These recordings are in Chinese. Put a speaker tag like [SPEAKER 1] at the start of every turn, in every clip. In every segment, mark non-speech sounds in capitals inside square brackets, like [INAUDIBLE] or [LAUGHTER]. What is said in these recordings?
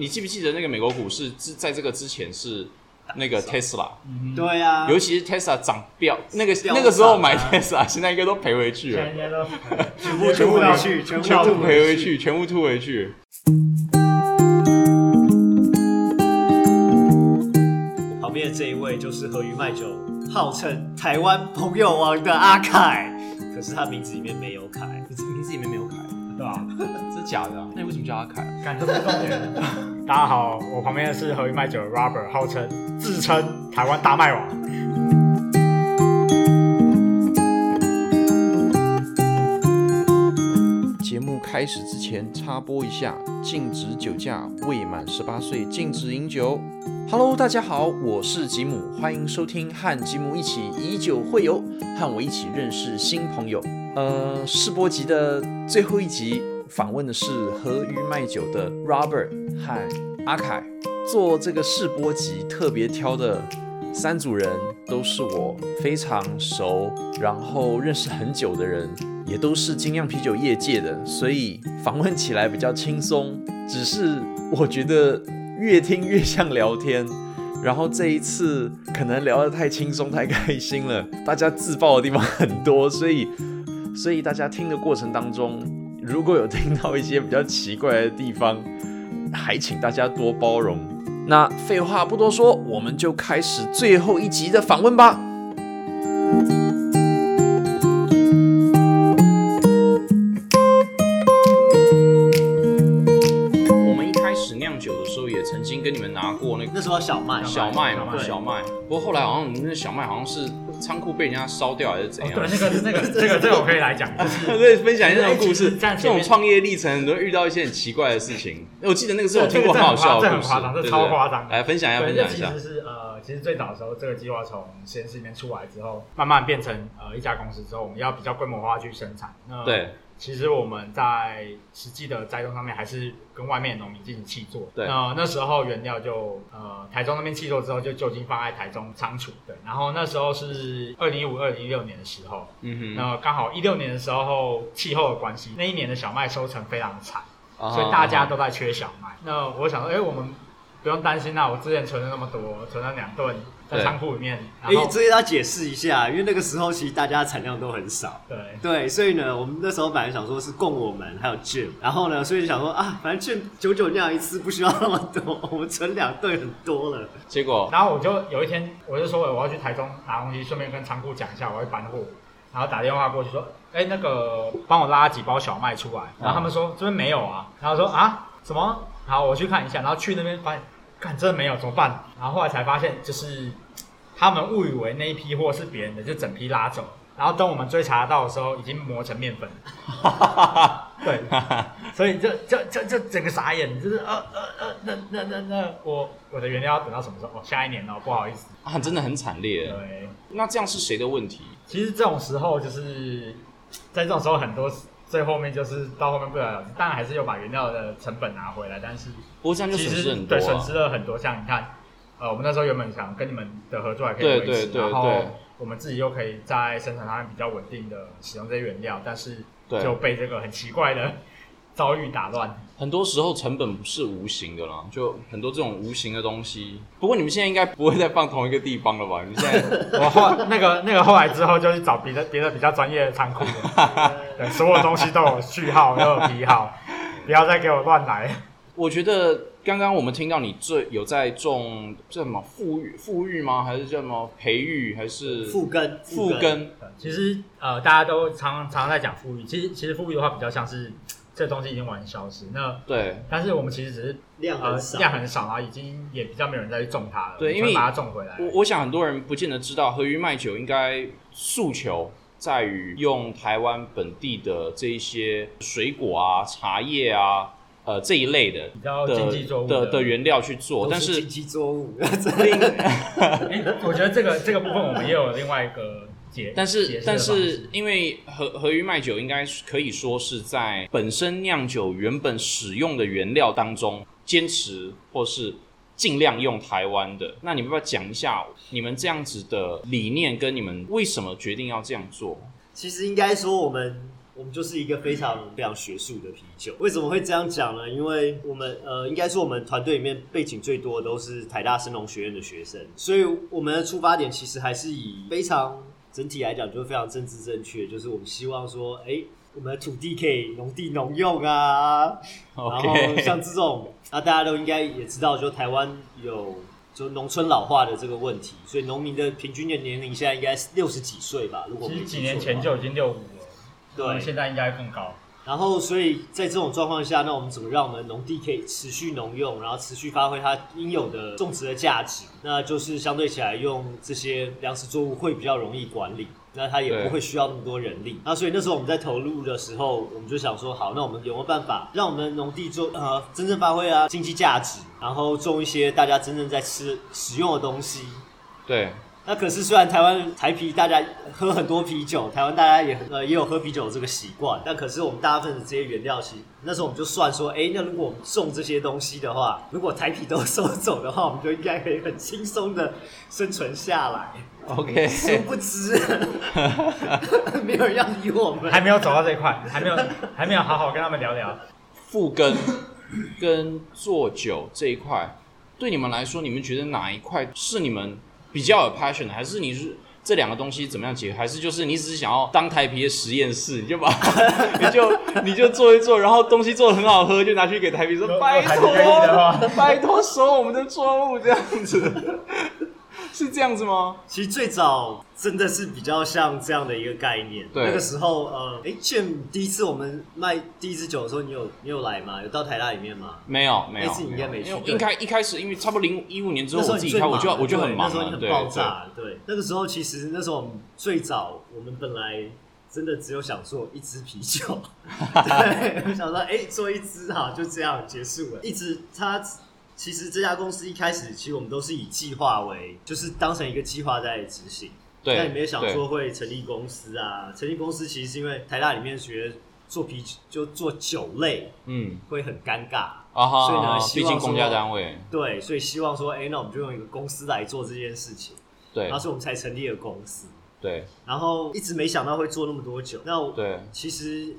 [SPEAKER 1] 你记不记得那个美国股市之在这个之前是那个 Tesla，
[SPEAKER 2] 对啊，
[SPEAKER 1] 尤其是 Tesla 涨标，那个
[SPEAKER 2] 飙
[SPEAKER 1] 那个时候
[SPEAKER 2] 涨啊
[SPEAKER 1] 买 Tesla，现在应该都赔回
[SPEAKER 3] 啊
[SPEAKER 1] 去了
[SPEAKER 4] 全，年都
[SPEAKER 2] 全部吐回去，全
[SPEAKER 1] 全
[SPEAKER 2] 部
[SPEAKER 1] 部
[SPEAKER 2] 吐
[SPEAKER 1] 赔回
[SPEAKER 2] 回去。
[SPEAKER 1] 去，全部吐回去。
[SPEAKER 2] 旁边的这一位就是和鱼卖酒，号称台湾朋友王的阿凯，可是他名字里面没有凯。
[SPEAKER 5] 你这名字里面没有凯，
[SPEAKER 4] 对吧？
[SPEAKER 5] 真假的、啊？那你为什么叫阿凯、啊？
[SPEAKER 4] 感这不是重点，
[SPEAKER 3] 大家好，我旁边的是和鱼卖酒的 Robert，号称自称台湾大麦王。
[SPEAKER 6] 节目开始之前插播一下，禁止酒驾，未满十八岁禁止饮酒。Hello，大家好，我是吉姆，欢迎收听和吉姆一起以酒会友，和我一起认识新朋友。呃，试播集的最后一集访问的是和鱼卖酒的 Robert 和阿凯。做这个试播集特别挑的三组人都是我非常熟，然后认识很久的人，也都是精酿啤酒业界的，所以访问起来比较轻松。只是我觉得越听越像聊天，然后这一次可能聊得太轻松、太开心了，大家自爆的地方很多，所以 [LAUGHS] 所以大家听的过程当中，如果有听到一些比较奇怪的地方，还请大家多包容。那废话不多说，我们就开始最后一集的访问吧。
[SPEAKER 1] 我们一开始酿酒的时候，也曾经跟你们拿过那个
[SPEAKER 2] 那时候小麦，
[SPEAKER 1] 小麦嘛，
[SPEAKER 2] 对
[SPEAKER 1] 小麦。不过后来好像你们那小麦好像是仓库被人家烧掉还是怎
[SPEAKER 3] 哦对，
[SPEAKER 1] 样？ [LAUGHS]
[SPEAKER 3] 那个那个这个这个我可以来讲，
[SPEAKER 1] 对，分享一下这种故事，
[SPEAKER 3] 站
[SPEAKER 1] 这
[SPEAKER 3] 前
[SPEAKER 1] 种
[SPEAKER 3] 面
[SPEAKER 1] 创业历程，都遇到一些很奇怪的事情。我记得那个时候我
[SPEAKER 3] 这
[SPEAKER 1] 听
[SPEAKER 3] 个
[SPEAKER 1] 过很好笑的
[SPEAKER 3] 这
[SPEAKER 1] 故
[SPEAKER 3] 很
[SPEAKER 1] 事
[SPEAKER 3] 夸张，这，
[SPEAKER 1] 对
[SPEAKER 3] 超
[SPEAKER 1] 对对
[SPEAKER 3] 夸张。
[SPEAKER 1] 来分享一下，
[SPEAKER 3] 对，
[SPEAKER 1] 分
[SPEAKER 3] 这
[SPEAKER 1] 享一
[SPEAKER 3] 其
[SPEAKER 1] 下
[SPEAKER 3] 实。是呃，其实最早的时候，这个计划从实验室里面出来之后，慢慢变成呃一家公司之后，我们要比较规模化去生产。那
[SPEAKER 1] 对，
[SPEAKER 3] 其实我们在实际的栽种上面，还是跟外面的农民进行契作。
[SPEAKER 1] 对
[SPEAKER 3] 那那时候原料就呃台中那边契作之后，就就近放在台中仓储。对，然后那时候是二零一五、二零一六年的时候，
[SPEAKER 1] 嗯哼，
[SPEAKER 3] 那刚好一六年的时候气候的关系，那一年的小麦收成非常惨，
[SPEAKER 1] 啊
[SPEAKER 3] 所以大家都在缺小麦。那我想说，哎、我们不用担心啦、我之前存了那么多，存了两吨在
[SPEAKER 1] 对
[SPEAKER 3] 仓库里面，然
[SPEAKER 2] 哎、
[SPEAKER 3] 后
[SPEAKER 2] 这个要解释一下，因为那个时候其实大家产量都很少。
[SPEAKER 3] 对。
[SPEAKER 2] 对，所以呢，我们那时候本来想说是供我们还有券，然后呢，所以想说啊，反正券九九酿一次不需要那么多，我们存两对很多了。
[SPEAKER 1] 结果
[SPEAKER 3] 然后我就有一天，我就说我要去台中拿东西，顺便跟仓库讲一下我会搬货，然后打电话过去说，哎，那个帮我拉几包小麦出来。然后他们说这边没有啊，然后说啊什么？好，我去看一下。然后去那边发现，看真的没有，怎么办？然后后来才发现，就是他们误以为那一批货是别人的，就整批拉走。然后等我们追查到的时候，已经磨成面粉了。 [LAUGHS] 对，所以就就就就整个傻眼，就是呃呃呃，那那那那我我的原料要等到什么时候？哦，下一年哦，不好意思。
[SPEAKER 1] [LAUGHS] 啊，真的很惨烈。
[SPEAKER 3] 对，
[SPEAKER 1] 那这样是谁的问题？
[SPEAKER 3] 其实这种时候就是在这种时候很多最后面就是到后面不了了之，当然还是有把原料的成本拿回来，但是
[SPEAKER 1] 不过这样就
[SPEAKER 3] 其
[SPEAKER 1] 损失
[SPEAKER 3] 实
[SPEAKER 1] 很多
[SPEAKER 3] 对
[SPEAKER 1] 啊。
[SPEAKER 3] 损失了很多。像你看，呃，我们那时候原本想跟你们的合作还可以
[SPEAKER 1] 对
[SPEAKER 3] 维
[SPEAKER 1] 对
[SPEAKER 3] 持，
[SPEAKER 1] 对
[SPEAKER 3] 然
[SPEAKER 1] 对
[SPEAKER 3] 后我们自己又可以在生产上面比较稳定的使用这些原料，但是
[SPEAKER 1] 对
[SPEAKER 3] 就被这个很奇怪的 [LAUGHS] 遭遇打乱。
[SPEAKER 1] 很多时候成本不是无形的啦，就很多这种无形的东西。不过你们现在应该不会再放同一个地方了吧？你们现
[SPEAKER 3] [LAUGHS]
[SPEAKER 1] 在
[SPEAKER 3] 我后那个那个后来之后就去找别的别的比较专业的仓库了，
[SPEAKER 1] [LAUGHS]
[SPEAKER 3] 对，所有东西都有序号，都有批号，不要再给我乱来。
[SPEAKER 1] 我觉得刚刚我们听到你最有在种这什么富裕富裕吗？还是叫什么培育？还是
[SPEAKER 2] 复根，
[SPEAKER 1] 复根？
[SPEAKER 3] 其实呃，大家都常常在讲富裕，其实其实富裕的话比较像是这东西已经完全消失，那
[SPEAKER 1] 对
[SPEAKER 3] 但是我们其实只是
[SPEAKER 2] 量
[SPEAKER 3] 呃
[SPEAKER 2] 很少，
[SPEAKER 3] 量很少，然后已经也比较没有人再去种它了，
[SPEAKER 1] 对
[SPEAKER 3] 我们
[SPEAKER 1] 因为
[SPEAKER 3] 才把它种回来。
[SPEAKER 1] 我，我想很多人不见得知道，和鱼卖酒应该诉求在于用台湾本地的这一些水果啊、茶叶啊。呃，这一类的
[SPEAKER 3] 比较哦经济作
[SPEAKER 1] 的
[SPEAKER 3] 物
[SPEAKER 1] 的
[SPEAKER 3] 的
[SPEAKER 1] 的原料去做，
[SPEAKER 2] 都
[SPEAKER 1] 但是
[SPEAKER 2] 经济作物， [LAUGHS]
[SPEAKER 3] 哎我觉得这个这个部分我们也有另外一个解，
[SPEAKER 1] 但
[SPEAKER 3] 解
[SPEAKER 1] 是
[SPEAKER 3] 释的
[SPEAKER 1] 但
[SPEAKER 3] 方式
[SPEAKER 1] 是，因为和和鱼卖酒应该是可以说是在本身酿酒原本使用的原料当中，坚持或是尽量用台湾的。那你们要不要讲一下你们这样子的理念，跟你们为什么决定要这样做？
[SPEAKER 2] 其实应该说我们。我们就是一个非常非常学术的啤酒。为什么会这样讲呢？因为我们呃，应该说我们团队里面背景最多的都是台大生农学院的学生，所以我们的出发点其实还是以非常整体来讲就是非常政治正确，就是我们希望说，哎、我们的土地可以农地农用啊，然后
[SPEAKER 1] OK，
[SPEAKER 2] 像这种，那大家都应该也知道，就台湾有就农村老化的这个问题，所以农民的平均的年龄现在应该是六十几岁吧，如果我
[SPEAKER 3] 其
[SPEAKER 2] 没
[SPEAKER 3] 实
[SPEAKER 2] 记
[SPEAKER 3] 几
[SPEAKER 2] 错
[SPEAKER 3] 年
[SPEAKER 2] 的
[SPEAKER 3] 前
[SPEAKER 2] 话
[SPEAKER 3] 就已经六五了，他们
[SPEAKER 2] 对，
[SPEAKER 3] 现在应该更高。
[SPEAKER 2] 然后所以在这种状况下，那我们怎么让我们农地可以持续农用，然后持续发挥它应有的种植的价值？那就是相对起来用这些粮食作物会比较容易管理。那它也
[SPEAKER 1] 对
[SPEAKER 2] 不会需要那么多人力，那所以那时候我们在投入的时候，我们就想说，好，那我们有没有办法让我们的农地做呃真正发挥啊经济价值，然后种一些大家真正在吃使用的东西，
[SPEAKER 1] [LAUGHS] 对，
[SPEAKER 2] 那可是虽然台湾台啤大家喝很多啤酒，台湾大家也很呃也有喝啤酒这个习惯，但可是我们大部分的这些原料，其实那时候我们就算说，哎、那如果我们种这些东西的话，如果台啤都收走的话，我们就应该可以很轻松的生存下来。
[SPEAKER 1] OK，
[SPEAKER 2] 殊不知，没有人要理我们
[SPEAKER 3] 还。没有走到这一块，还没有还没有好好跟他们聊聊。
[SPEAKER 1] 复耕跟做酒这一块，对你们来说，你们觉得哪一块是你们比较有 passion 的，还是你是这两个东西怎么样结合？还是就是你只是想要当台啤的实验室，你就把 [LAUGHS] 你就你就做一做，然后东西做的很好喝，就拿去给台啤说
[SPEAKER 3] 如果
[SPEAKER 1] 拜
[SPEAKER 3] 台啤愿意的话
[SPEAKER 1] 托拜托收我们的作物这样子， [LAUGHS] 是这样子吗？
[SPEAKER 2] 其实最早真的是比较像这样的一个概念。
[SPEAKER 1] 对
[SPEAKER 2] 那个时候，呃，哎、建第一次我们卖第一支酒的时候，你有你有来吗？有到台大里面吗？
[SPEAKER 1] 没有没有
[SPEAKER 2] 那次你应该没去
[SPEAKER 1] 因为
[SPEAKER 2] 对
[SPEAKER 1] 应该一开始因为差不多零一五年之
[SPEAKER 2] 那
[SPEAKER 1] 后
[SPEAKER 2] 时
[SPEAKER 1] 我
[SPEAKER 2] 候你
[SPEAKER 1] 自己
[SPEAKER 2] 最
[SPEAKER 1] 开，
[SPEAKER 2] 忙
[SPEAKER 1] 我就我就很忙
[SPEAKER 2] 对那时候
[SPEAKER 1] 了，
[SPEAKER 2] 你很
[SPEAKER 1] 对
[SPEAKER 2] 爆
[SPEAKER 1] 对
[SPEAKER 2] 炸，对，那个时候其实那时候我们最早，我们本来真的只有想做一支啤酒，对，我想说，哎、做一支好，就这样结束了。一直它其实这家公司一开始，其实我们都是以计划为，就是当成一个计划在执行。
[SPEAKER 1] 对，
[SPEAKER 2] 但也没有想
[SPEAKER 1] 对
[SPEAKER 2] 说会成立公司啊？成立公司其实是因为台大里面学做啤酒，就做酒类
[SPEAKER 1] 嗯
[SPEAKER 2] 会很尴尬。
[SPEAKER 1] 啊
[SPEAKER 2] 所以呢
[SPEAKER 1] 哈，
[SPEAKER 2] 希
[SPEAKER 1] 毕
[SPEAKER 2] 望
[SPEAKER 1] 竟公家
[SPEAKER 2] 说
[SPEAKER 1] 单位
[SPEAKER 2] 对，所以希望说，哎、那我们就用一个公司来做这件事情，
[SPEAKER 1] 对
[SPEAKER 2] 然后所以我们才成立了公司，
[SPEAKER 1] 对
[SPEAKER 2] 然后一直没想到会做那么多久。那我
[SPEAKER 1] 对
[SPEAKER 2] 其实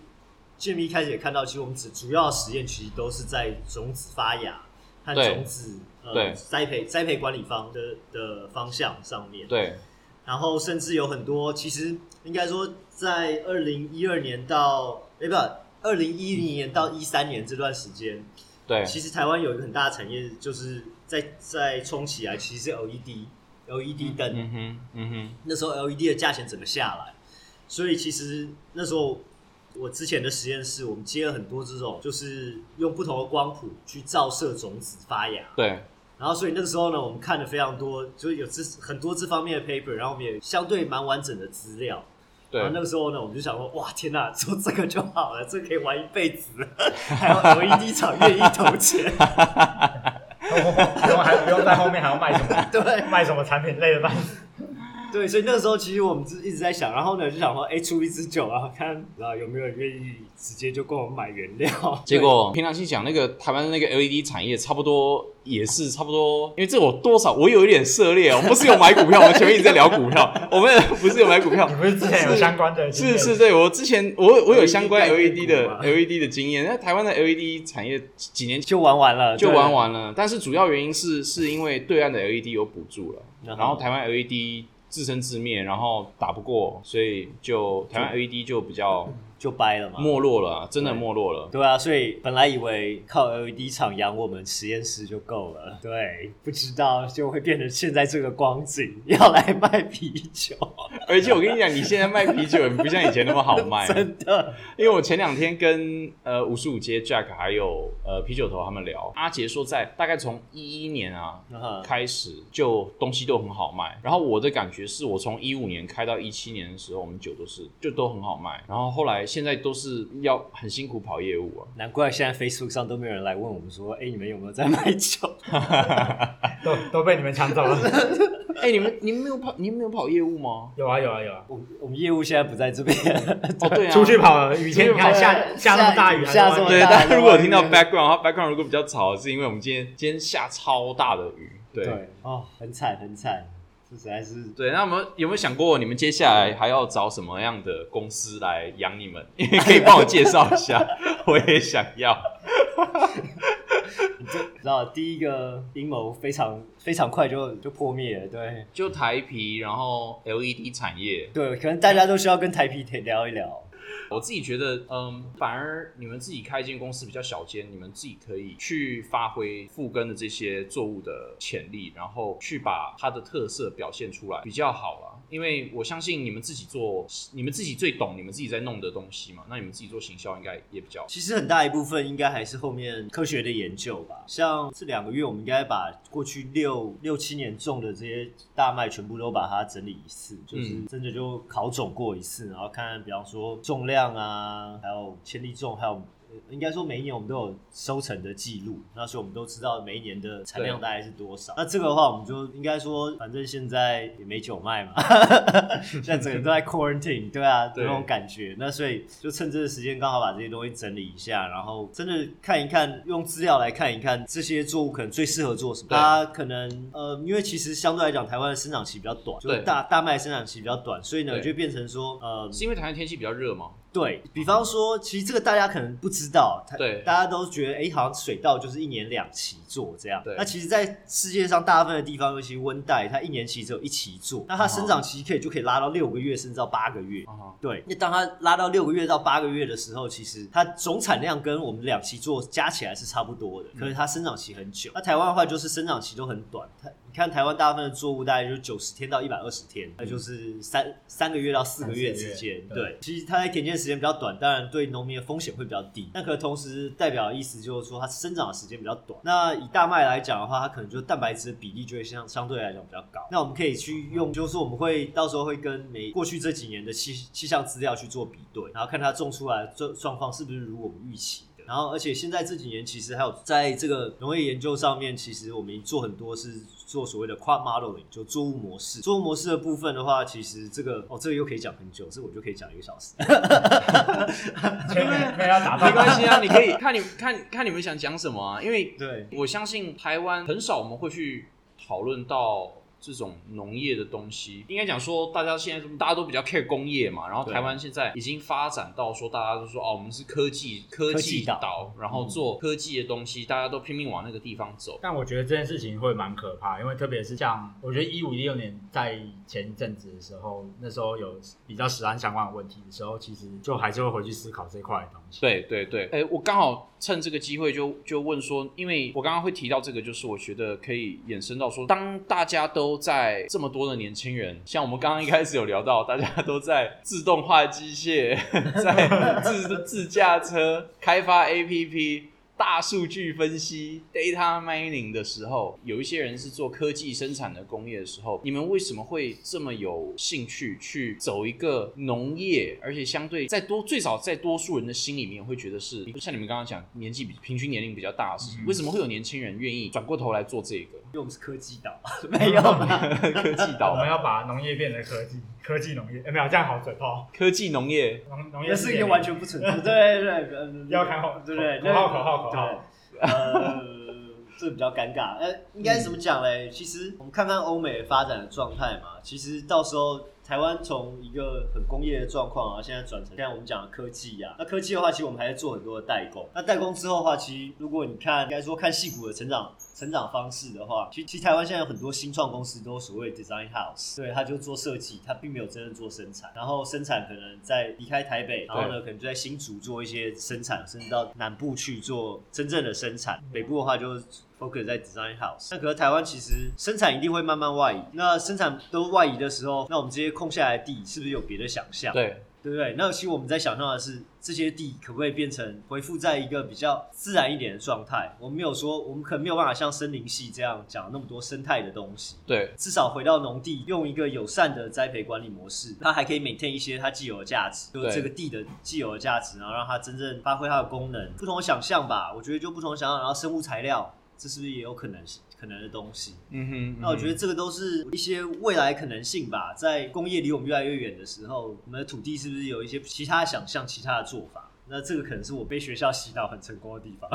[SPEAKER 2] Jim 一开始也看到，其实我们只主要实验其实都是在种子发芽和
[SPEAKER 1] 对
[SPEAKER 2] 种子呃
[SPEAKER 1] 对
[SPEAKER 2] 栽培栽培管理方的的方向上面。
[SPEAKER 1] 对
[SPEAKER 2] 然后甚至有很多，其实应该说在二零一二年到哎、不，二零一零年到一三年这段时间，
[SPEAKER 1] 对
[SPEAKER 2] 其实台湾有一个很大的产业，就是在在冲起来，其实是 E LED LED 灯。
[SPEAKER 1] 嗯哼嗯哼
[SPEAKER 2] 那时候 LED 的价钱整个下来，所以其实那时候我之前的实验室，我们接了很多这种，就是用不同的光谱去照射种子发芽。
[SPEAKER 1] 对
[SPEAKER 2] 然后所以那个时候呢，我们看了非常多，就是有这很多这方面的 paper，然后我们也相对蛮完整的资料。然后那
[SPEAKER 1] 对
[SPEAKER 2] 个时候呢，我们就想说，哇，天呐， [LAUGHS] 做这个就好了，这个可以玩一辈子，还有 LED 厂愿意投钱，
[SPEAKER 3] 不用还不用在后面还要卖什么
[SPEAKER 2] 对
[SPEAKER 3] 卖什么产品类的吧？
[SPEAKER 2] 对，所以那个时候其实我们就一直在想，然后呢就想说，哎，出一支酒啊， [LAUGHS] 看然后有没有人愿意直接就跟我们买原料，
[SPEAKER 1] 结果平常心讲，那个台湾的那个 LED 产业差不多也是差不多，因为这我多少我有一点涉猎哦，不是有买股票，我们前面一直在聊股票，我们 [LAUGHS] 不是有买股票
[SPEAKER 3] 你，不是之前有相关的经
[SPEAKER 1] 是
[SPEAKER 3] 验？
[SPEAKER 1] 是，对我之前我我有相关
[SPEAKER 2] LED
[SPEAKER 1] LED
[SPEAKER 2] 的
[SPEAKER 1] 的 LED 的经验，那台湾的 LED 产业几年前
[SPEAKER 2] 就玩完了，
[SPEAKER 1] 就
[SPEAKER 2] 对
[SPEAKER 1] 玩。完了。但是主要原因是是因为对岸的 LED 有补助了，
[SPEAKER 2] 然
[SPEAKER 1] 然
[SPEAKER 2] 后
[SPEAKER 1] 后台湾 LED 自生自灭，然后打不过，所以就台湾 LED 就比较
[SPEAKER 2] 就掰了嘛，
[SPEAKER 1] 没落了，真的没落了。
[SPEAKER 2] 嗯对啊，所以本来以为靠 LED 厂养我们实验室就够了，对，不知道就会变成现在这个光景， [LAUGHS] 要来卖啤酒，
[SPEAKER 1] 而且我跟你讲，你现在卖啤酒也不像以前那么好卖，
[SPEAKER 2] [LAUGHS] 真的，
[SPEAKER 1] 因为我前两天跟呃五十五街 Jack 还有呃啤酒头他们聊，阿杰说在大概从一一年啊。
[SPEAKER 2] 嗯
[SPEAKER 1] 开始就东西都很好卖。然后我的感觉是我从一五年开到一七年的时候，我们酒都是就都很好卖。然后后来现在都是要很辛苦跑业务啊。
[SPEAKER 2] 难怪现在 Facebook 上都没有人来问我们说，哎、你们有没有在卖酒？
[SPEAKER 3] 都都被你们抢走了。
[SPEAKER 1] 哎、你们你们没有跑你们没有跑业务吗？
[SPEAKER 3] 有啊有啊有啊，
[SPEAKER 2] 我们我们业务现在不在这边， [LAUGHS]
[SPEAKER 1] 哦，对啊，
[SPEAKER 3] 出去。跑了。雨天你看
[SPEAKER 2] 出去跑了
[SPEAKER 3] 下下那么大雨，
[SPEAKER 2] 下
[SPEAKER 3] 还是
[SPEAKER 2] 这么
[SPEAKER 1] 对，
[SPEAKER 2] 大
[SPEAKER 1] 大家如果有听到
[SPEAKER 2] 外面
[SPEAKER 1] background，它 background 如果比较吵，是因为我们今天今天下超大的雨。对，
[SPEAKER 2] 对，哦，很惨很惨。这实在是
[SPEAKER 1] 对，那我们有没有想过，你们接下来还要找什么样的公司来养你们？ [LAUGHS] 因为可以帮我介绍一下，我也想要。
[SPEAKER 2] 你这你知道第一个阴谋非常非常快就就破灭了，对
[SPEAKER 1] 就台皮，然后 LED 产业，
[SPEAKER 2] 对，可能大家都需要跟台皮聊一聊。
[SPEAKER 1] 我自己觉得，嗯，反而你们自己开一间公司比较小间，你们自己可以去发挥复根的这些作物的潜力，然后去把它的特色表现出来，比较好啦。因为我相信你们自己做，你们自己最懂你们自己在弄的东西嘛，那你们自己做行销应该也比较
[SPEAKER 2] 其实很大一部分应该还是后面科学的研究吧。像这两个月，我们应该把过去六六七年种的这些大麦全部都把它整理一次，就是
[SPEAKER 1] 嗯
[SPEAKER 2] 真的就考种过一次，然后看看，比方说重量啊，还有千粒重，还有。呃应该说每一年我们都有收成的记录，那所以我们都知道每一年的产量
[SPEAKER 1] 对
[SPEAKER 2] 大概是多少。那这个的话，我们就应该说，反正现在也没酒卖嘛， [LAUGHS] 现在整个都在 quarantine，对啊，
[SPEAKER 1] 对
[SPEAKER 2] 那种感觉。那所以就趁这个时间，刚好把这些东西整理一下，然后真的看一看，用资料来看一看这些作物可能最适合做什么。
[SPEAKER 1] 对
[SPEAKER 2] 它可能呃，因为其实相对来讲，台湾的生长期比较短，就是
[SPEAKER 1] 对
[SPEAKER 2] 大大麦生长期比较短，所以呢
[SPEAKER 1] 对
[SPEAKER 2] 就变成说呃，
[SPEAKER 1] 是因为台湾天气比较热吗？
[SPEAKER 2] 对比方说，其实这个大家可能不知道，它
[SPEAKER 1] 对
[SPEAKER 2] 大家都觉得哎、诶好像水稻就是一年两期做这样。
[SPEAKER 1] 对
[SPEAKER 2] 那其实，在世界上大部分的地方，尤其温带，它一年期只有一期做，那它
[SPEAKER 1] 嗯
[SPEAKER 2] 生长期可以就可以拉到六个月，甚至到八个月。
[SPEAKER 1] 啊，
[SPEAKER 2] 对，哦那当它拉到六个月到八个月的时候，其实它总产量跟我们两期做加起来是差不多的，可是它生长期很久。那台湾的话，就是生长期都很短，它你看台湾大部分的作物大概就九十天到一百二十天，那就是三三个月到四个月之间。
[SPEAKER 3] 三四个月
[SPEAKER 2] 对，其实它在田间时间比较短，当然对农民的风险会比较低，那可同时代表的意思就是说它生长的时间比较短。那以大麦来讲的话，它可能就蛋白质的比例就会相相对来讲比较高。那我们可以去用，就是我们会到时候会跟每过去这几年的气气象资料去做比对，然后看它种出来的状状况是不是如我们预期。的。然后，而且现在这几年其实还有在这个农业研究上面，其实我们做很多是做所谓的 crop modeling，就作物模式。作物模式的部分的话，其实这个哦，这个又可以讲很久，这我就可以讲一个小时。 [LAUGHS]
[SPEAKER 3] 前面被他打到
[SPEAKER 1] 没关系啊，你可以看你看看你们想讲什么啊，因为
[SPEAKER 2] 对，
[SPEAKER 1] 我相信台湾很少我们会去讨论到这种农业的东西。应该讲说，大家现在大家都比较 care 工业嘛，然后
[SPEAKER 2] 对
[SPEAKER 1] 台湾现在已经发展到说，大家都说哦，我们是科技科
[SPEAKER 2] 科技
[SPEAKER 1] 技
[SPEAKER 2] 岛
[SPEAKER 1] 岛，然后做科技的东西，大家都拼命往那个地方走。
[SPEAKER 3] [LAUGHS] 但我觉得这件事情会蛮可怕，因为特别是像我觉得一五一六年在前一阵子的时候，那时候有比较食安相关的问题的时候，其实就还是会回去思考这块的东西。
[SPEAKER 1] 对对对，哎，我刚好趁这个机会就就问说，因为我刚刚会提到这个，就是我觉得可以衍生到说，当大家都在这么多的年轻人，像我们刚刚一开始有聊到，大家都在自动化机械， [LAUGHS] 在自自驾车开发 APP。大数据分析 （data mining） 的时候，有一些人是做科技生产的工业的时候，你们为什么会这么有兴趣去走一个农业，而且相对在多最少在多数人的心里面会觉得是，像你们刚刚讲年纪比平均年龄比较大的事情，为什么会有年轻人愿意转过头来做这个 [LAUGHS]
[SPEAKER 2] 因为我们是科技岛，没有啦。
[SPEAKER 1] 科技
[SPEAKER 3] 我们
[SPEAKER 1] 岛、
[SPEAKER 3] 要把农业变成科技，科技农业，哎、没有这样好嘴炮。
[SPEAKER 1] 科技农业？
[SPEAKER 3] 农农业
[SPEAKER 2] 那是一个完全不存在， [LAUGHS] 对对对呃，
[SPEAKER 3] 要看后
[SPEAKER 2] 对对，
[SPEAKER 3] 口号口号口号
[SPEAKER 2] 对，呃，这比较尴尬，呃，应该怎么讲嘞？其实我们看看欧美发展的状态嘛，其实到时候。台湾从一个很工业的状况啊，现在转成现在我们讲的科技啊，那科技的话，其实我们还在做很多的代工。那代工之后的话，其实如果你看，应该说看戏股的成长成长方式的话，其实其实台湾现在有很多新创公司都所谓 design house，对，它就做设计，它并没有真正做生产。然后生产可能在离开台北，然后呢，可能就在新竹做一些生产，甚至到南部去做真正的生产。北部的话就是 focus 在 design house。那可是台湾其实生产一定会慢慢外移，那生产都外移的时候，那我们这些空下来的地是不是有别的想象？
[SPEAKER 1] 对，
[SPEAKER 2] 对不对？那其实我们在想象的是，这些地可不可以变成恢复在一个比较自然一点的状态？我们没有说，我们可能没有办法像森林系这样讲那么多生态的东西，
[SPEAKER 1] 对，
[SPEAKER 2] 至少回到农地，用一个友善的栽培管理模式，它还可以 maintain 一些它既有的价值，就是
[SPEAKER 1] 对
[SPEAKER 2] 这个地的既有的价值，然后让它真正发挥它的功能。不同的想象吧，我觉得就不同的想象，然后生物材料，这是不是也有可能可能的东西？
[SPEAKER 1] 嗯哼。嗯哼
[SPEAKER 2] 那我觉得这个都是一些未来可能性吧。在工业离我们越来越远的时候，我们的土地是不是有一些其他的想象、其他的做法？那这个可能是我被学校洗脑很成功的地方。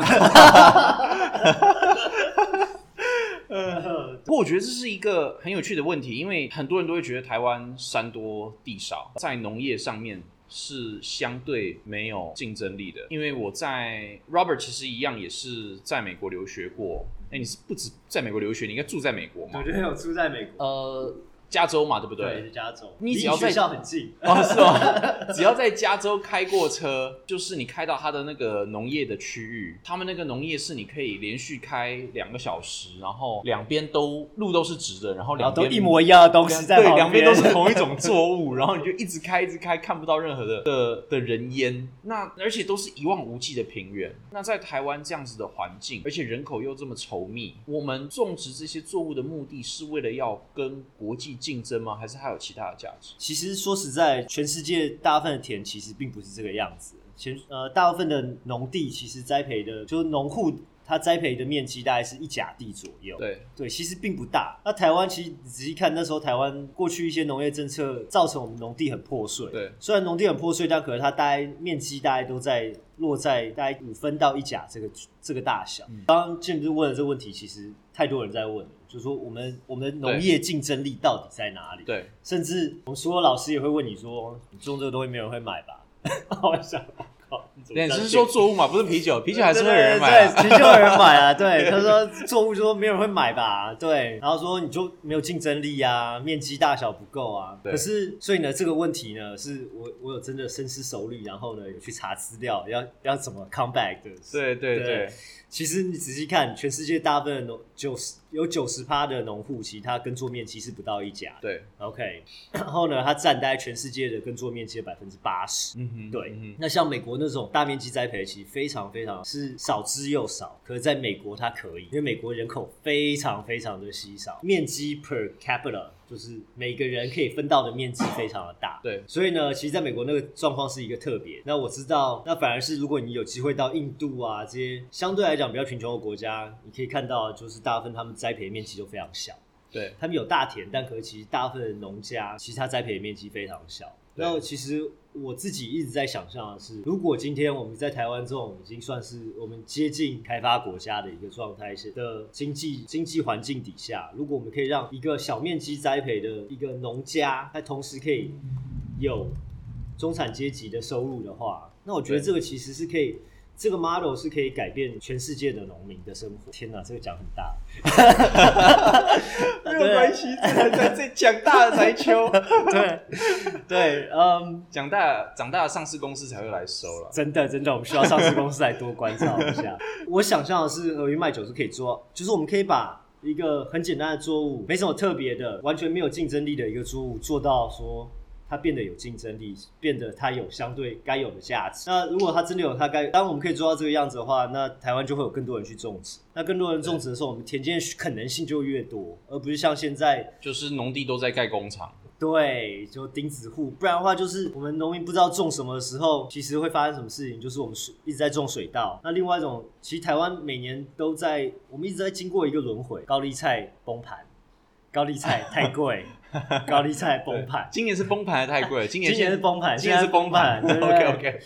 [SPEAKER 2] 呃，不
[SPEAKER 1] 过我觉得这是一个很有趣的问题，因为很多人都会觉得台湾山多地少，在农业上面是相对没有竞争力的。因为我在 Robert 其实一样也是在美国留学过，哎，你是不止在美国留学，你应该住在美国嘛
[SPEAKER 2] [LAUGHS] 我？觉得有住在美国，
[SPEAKER 1] 呃，加州嘛，对不
[SPEAKER 2] 对，是加州，
[SPEAKER 1] 你
[SPEAKER 2] 离
[SPEAKER 1] 只要在
[SPEAKER 2] 学校很近，
[SPEAKER 1] 哦， [LAUGHS] 是吗？只要在加州开过车，就是你开到它的那个农业的区域，他们那个农业是你可以连续开两个小时，然后两边都路都是直的，然后
[SPEAKER 2] 然
[SPEAKER 1] 两
[SPEAKER 2] 后都
[SPEAKER 1] 边
[SPEAKER 2] 一模一样的东西在旁
[SPEAKER 1] 对，两边都是同一
[SPEAKER 2] [LAUGHS]
[SPEAKER 1] 种作物，然后你就一直开一直开，看不到任何的的的人烟。那而且都是一望无际的平原。那在台湾这样子的环境，而且人口又这么稠密，我们种植这些作物的目的是为了要跟国际竞争吗？还是还有其他的价值？
[SPEAKER 2] 其实说实在，全世界大部分的田其实并不是这个样子。全呃，大部分的农地其实栽培的，就是农户他栽培的面积大概是一甲地左右。
[SPEAKER 1] 对，
[SPEAKER 2] 对，其实并不大。那台湾其实你仔细看，那时候台湾过去一些农业政策造成我们农地很破碎。
[SPEAKER 1] 对，
[SPEAKER 2] 虽然农地很破碎，但可能它大概面积大概都在落在大概五分到一甲这个这个大小。刚刚建斌问的这个问题，其实太多人在问了，就是说我们我们的农
[SPEAKER 1] 对
[SPEAKER 2] 业竞争力到底在哪里？
[SPEAKER 1] 对，
[SPEAKER 2] 甚至我们所有老师也会问你说：“你种这个东西没有人会买吧？” [LAUGHS] 我想，靠，你怎么
[SPEAKER 1] 对，
[SPEAKER 2] 这
[SPEAKER 1] 只
[SPEAKER 2] 样
[SPEAKER 1] 是说
[SPEAKER 2] 讲
[SPEAKER 1] 作物嘛，不是啤酒，啤
[SPEAKER 2] [LAUGHS]
[SPEAKER 1] 酒还是会有人买、啊。
[SPEAKER 2] 对，对对其实就有人
[SPEAKER 1] [LAUGHS]
[SPEAKER 2] 买啊。对，他说作物就说没有人会买吧，对，然后说你就没有竞争力啊，面积大小不够啊。
[SPEAKER 1] 对
[SPEAKER 2] 可是所以呢，这个问题呢，是我我有真的深思熟虑，然后呢有去查资料，要要怎么 come back 的。
[SPEAKER 1] 对对对
[SPEAKER 2] 对其实你仔细看，全世界大部分的农九十有九十趴的农户，其实他耕作面积是不到一甲的。
[SPEAKER 1] 对，
[SPEAKER 2] OK，然后呢，它占大概全世界的耕作面积的百分之八十。
[SPEAKER 1] 嗯哼
[SPEAKER 2] 对，
[SPEAKER 1] 嗯
[SPEAKER 2] 那像美国那种大面积栽培，其实非常非常是少之又少。可是在美国它可以，因为美国人口非常非常的稀少，面积 per capita 就是每个人可以分到的面积非常的大。
[SPEAKER 1] 对
[SPEAKER 2] 所以呢，其实在美国那个状况是一个特别。那我知道，那反而是如果你有机会到印度啊这些相对来讲比较贫穷的国家，你可以看到就是大部分他们栽培面积都非常小。
[SPEAKER 1] 对
[SPEAKER 2] 他们有大田，但可是其实大部分的农家，其实它栽培的面积非常小。
[SPEAKER 1] 对
[SPEAKER 2] 那其实我自己一直在想象的是，如果今天我们在台湾这种已经算是我们接近开发国家的一个状态下的经济经济环境底下，如果我们可以让一个小面积栽培的一个农家，它同时可以有中产阶级的收入的话，那我觉得
[SPEAKER 1] 对
[SPEAKER 2] 这个其实是可以。这个 model 是可以改变全世界的农民的生活。天哪，这个讲很大。
[SPEAKER 1] 没有关系，在在这讲大的才秋，
[SPEAKER 2] 对，对，嗯，
[SPEAKER 1] [LAUGHS] 讲大长大的上市公司才会来收了。
[SPEAKER 2] 真的，真的，我们需要上市公司来多关照一下。我想象的是，合约卖酒是可以做，就是我们可以把一个很简单的作物，没什么特别的，完全没有竞争力的一个作物，做到说它变得有竞争力，变得它有相对该有的价值。那如果它真的有它该，当我们可以做到这个样子的话，那台湾就会有更多人去种植。那更多人种植的时候，我们田间可能性就越多，而不是像现在
[SPEAKER 1] 就是农地都在盖工厂，
[SPEAKER 2] 对，就钉子户，不然的话就是我们农民不知道种什么的时候，其实会发生什么事情，就是我们水一直在种水稻。那另外一种，其实台湾每年都在，我们一直在经过一个轮回，高丽菜崩盘，高丽菜太
[SPEAKER 1] [LAUGHS]
[SPEAKER 2] 贵，高丽菜崩盘。
[SPEAKER 1] 今年是崩盘还太贵了，今年
[SPEAKER 2] 今年是崩盘
[SPEAKER 1] 今年是崩盘。
[SPEAKER 2] 现在是崩盘
[SPEAKER 1] OK
[SPEAKER 2] 对
[SPEAKER 1] OK，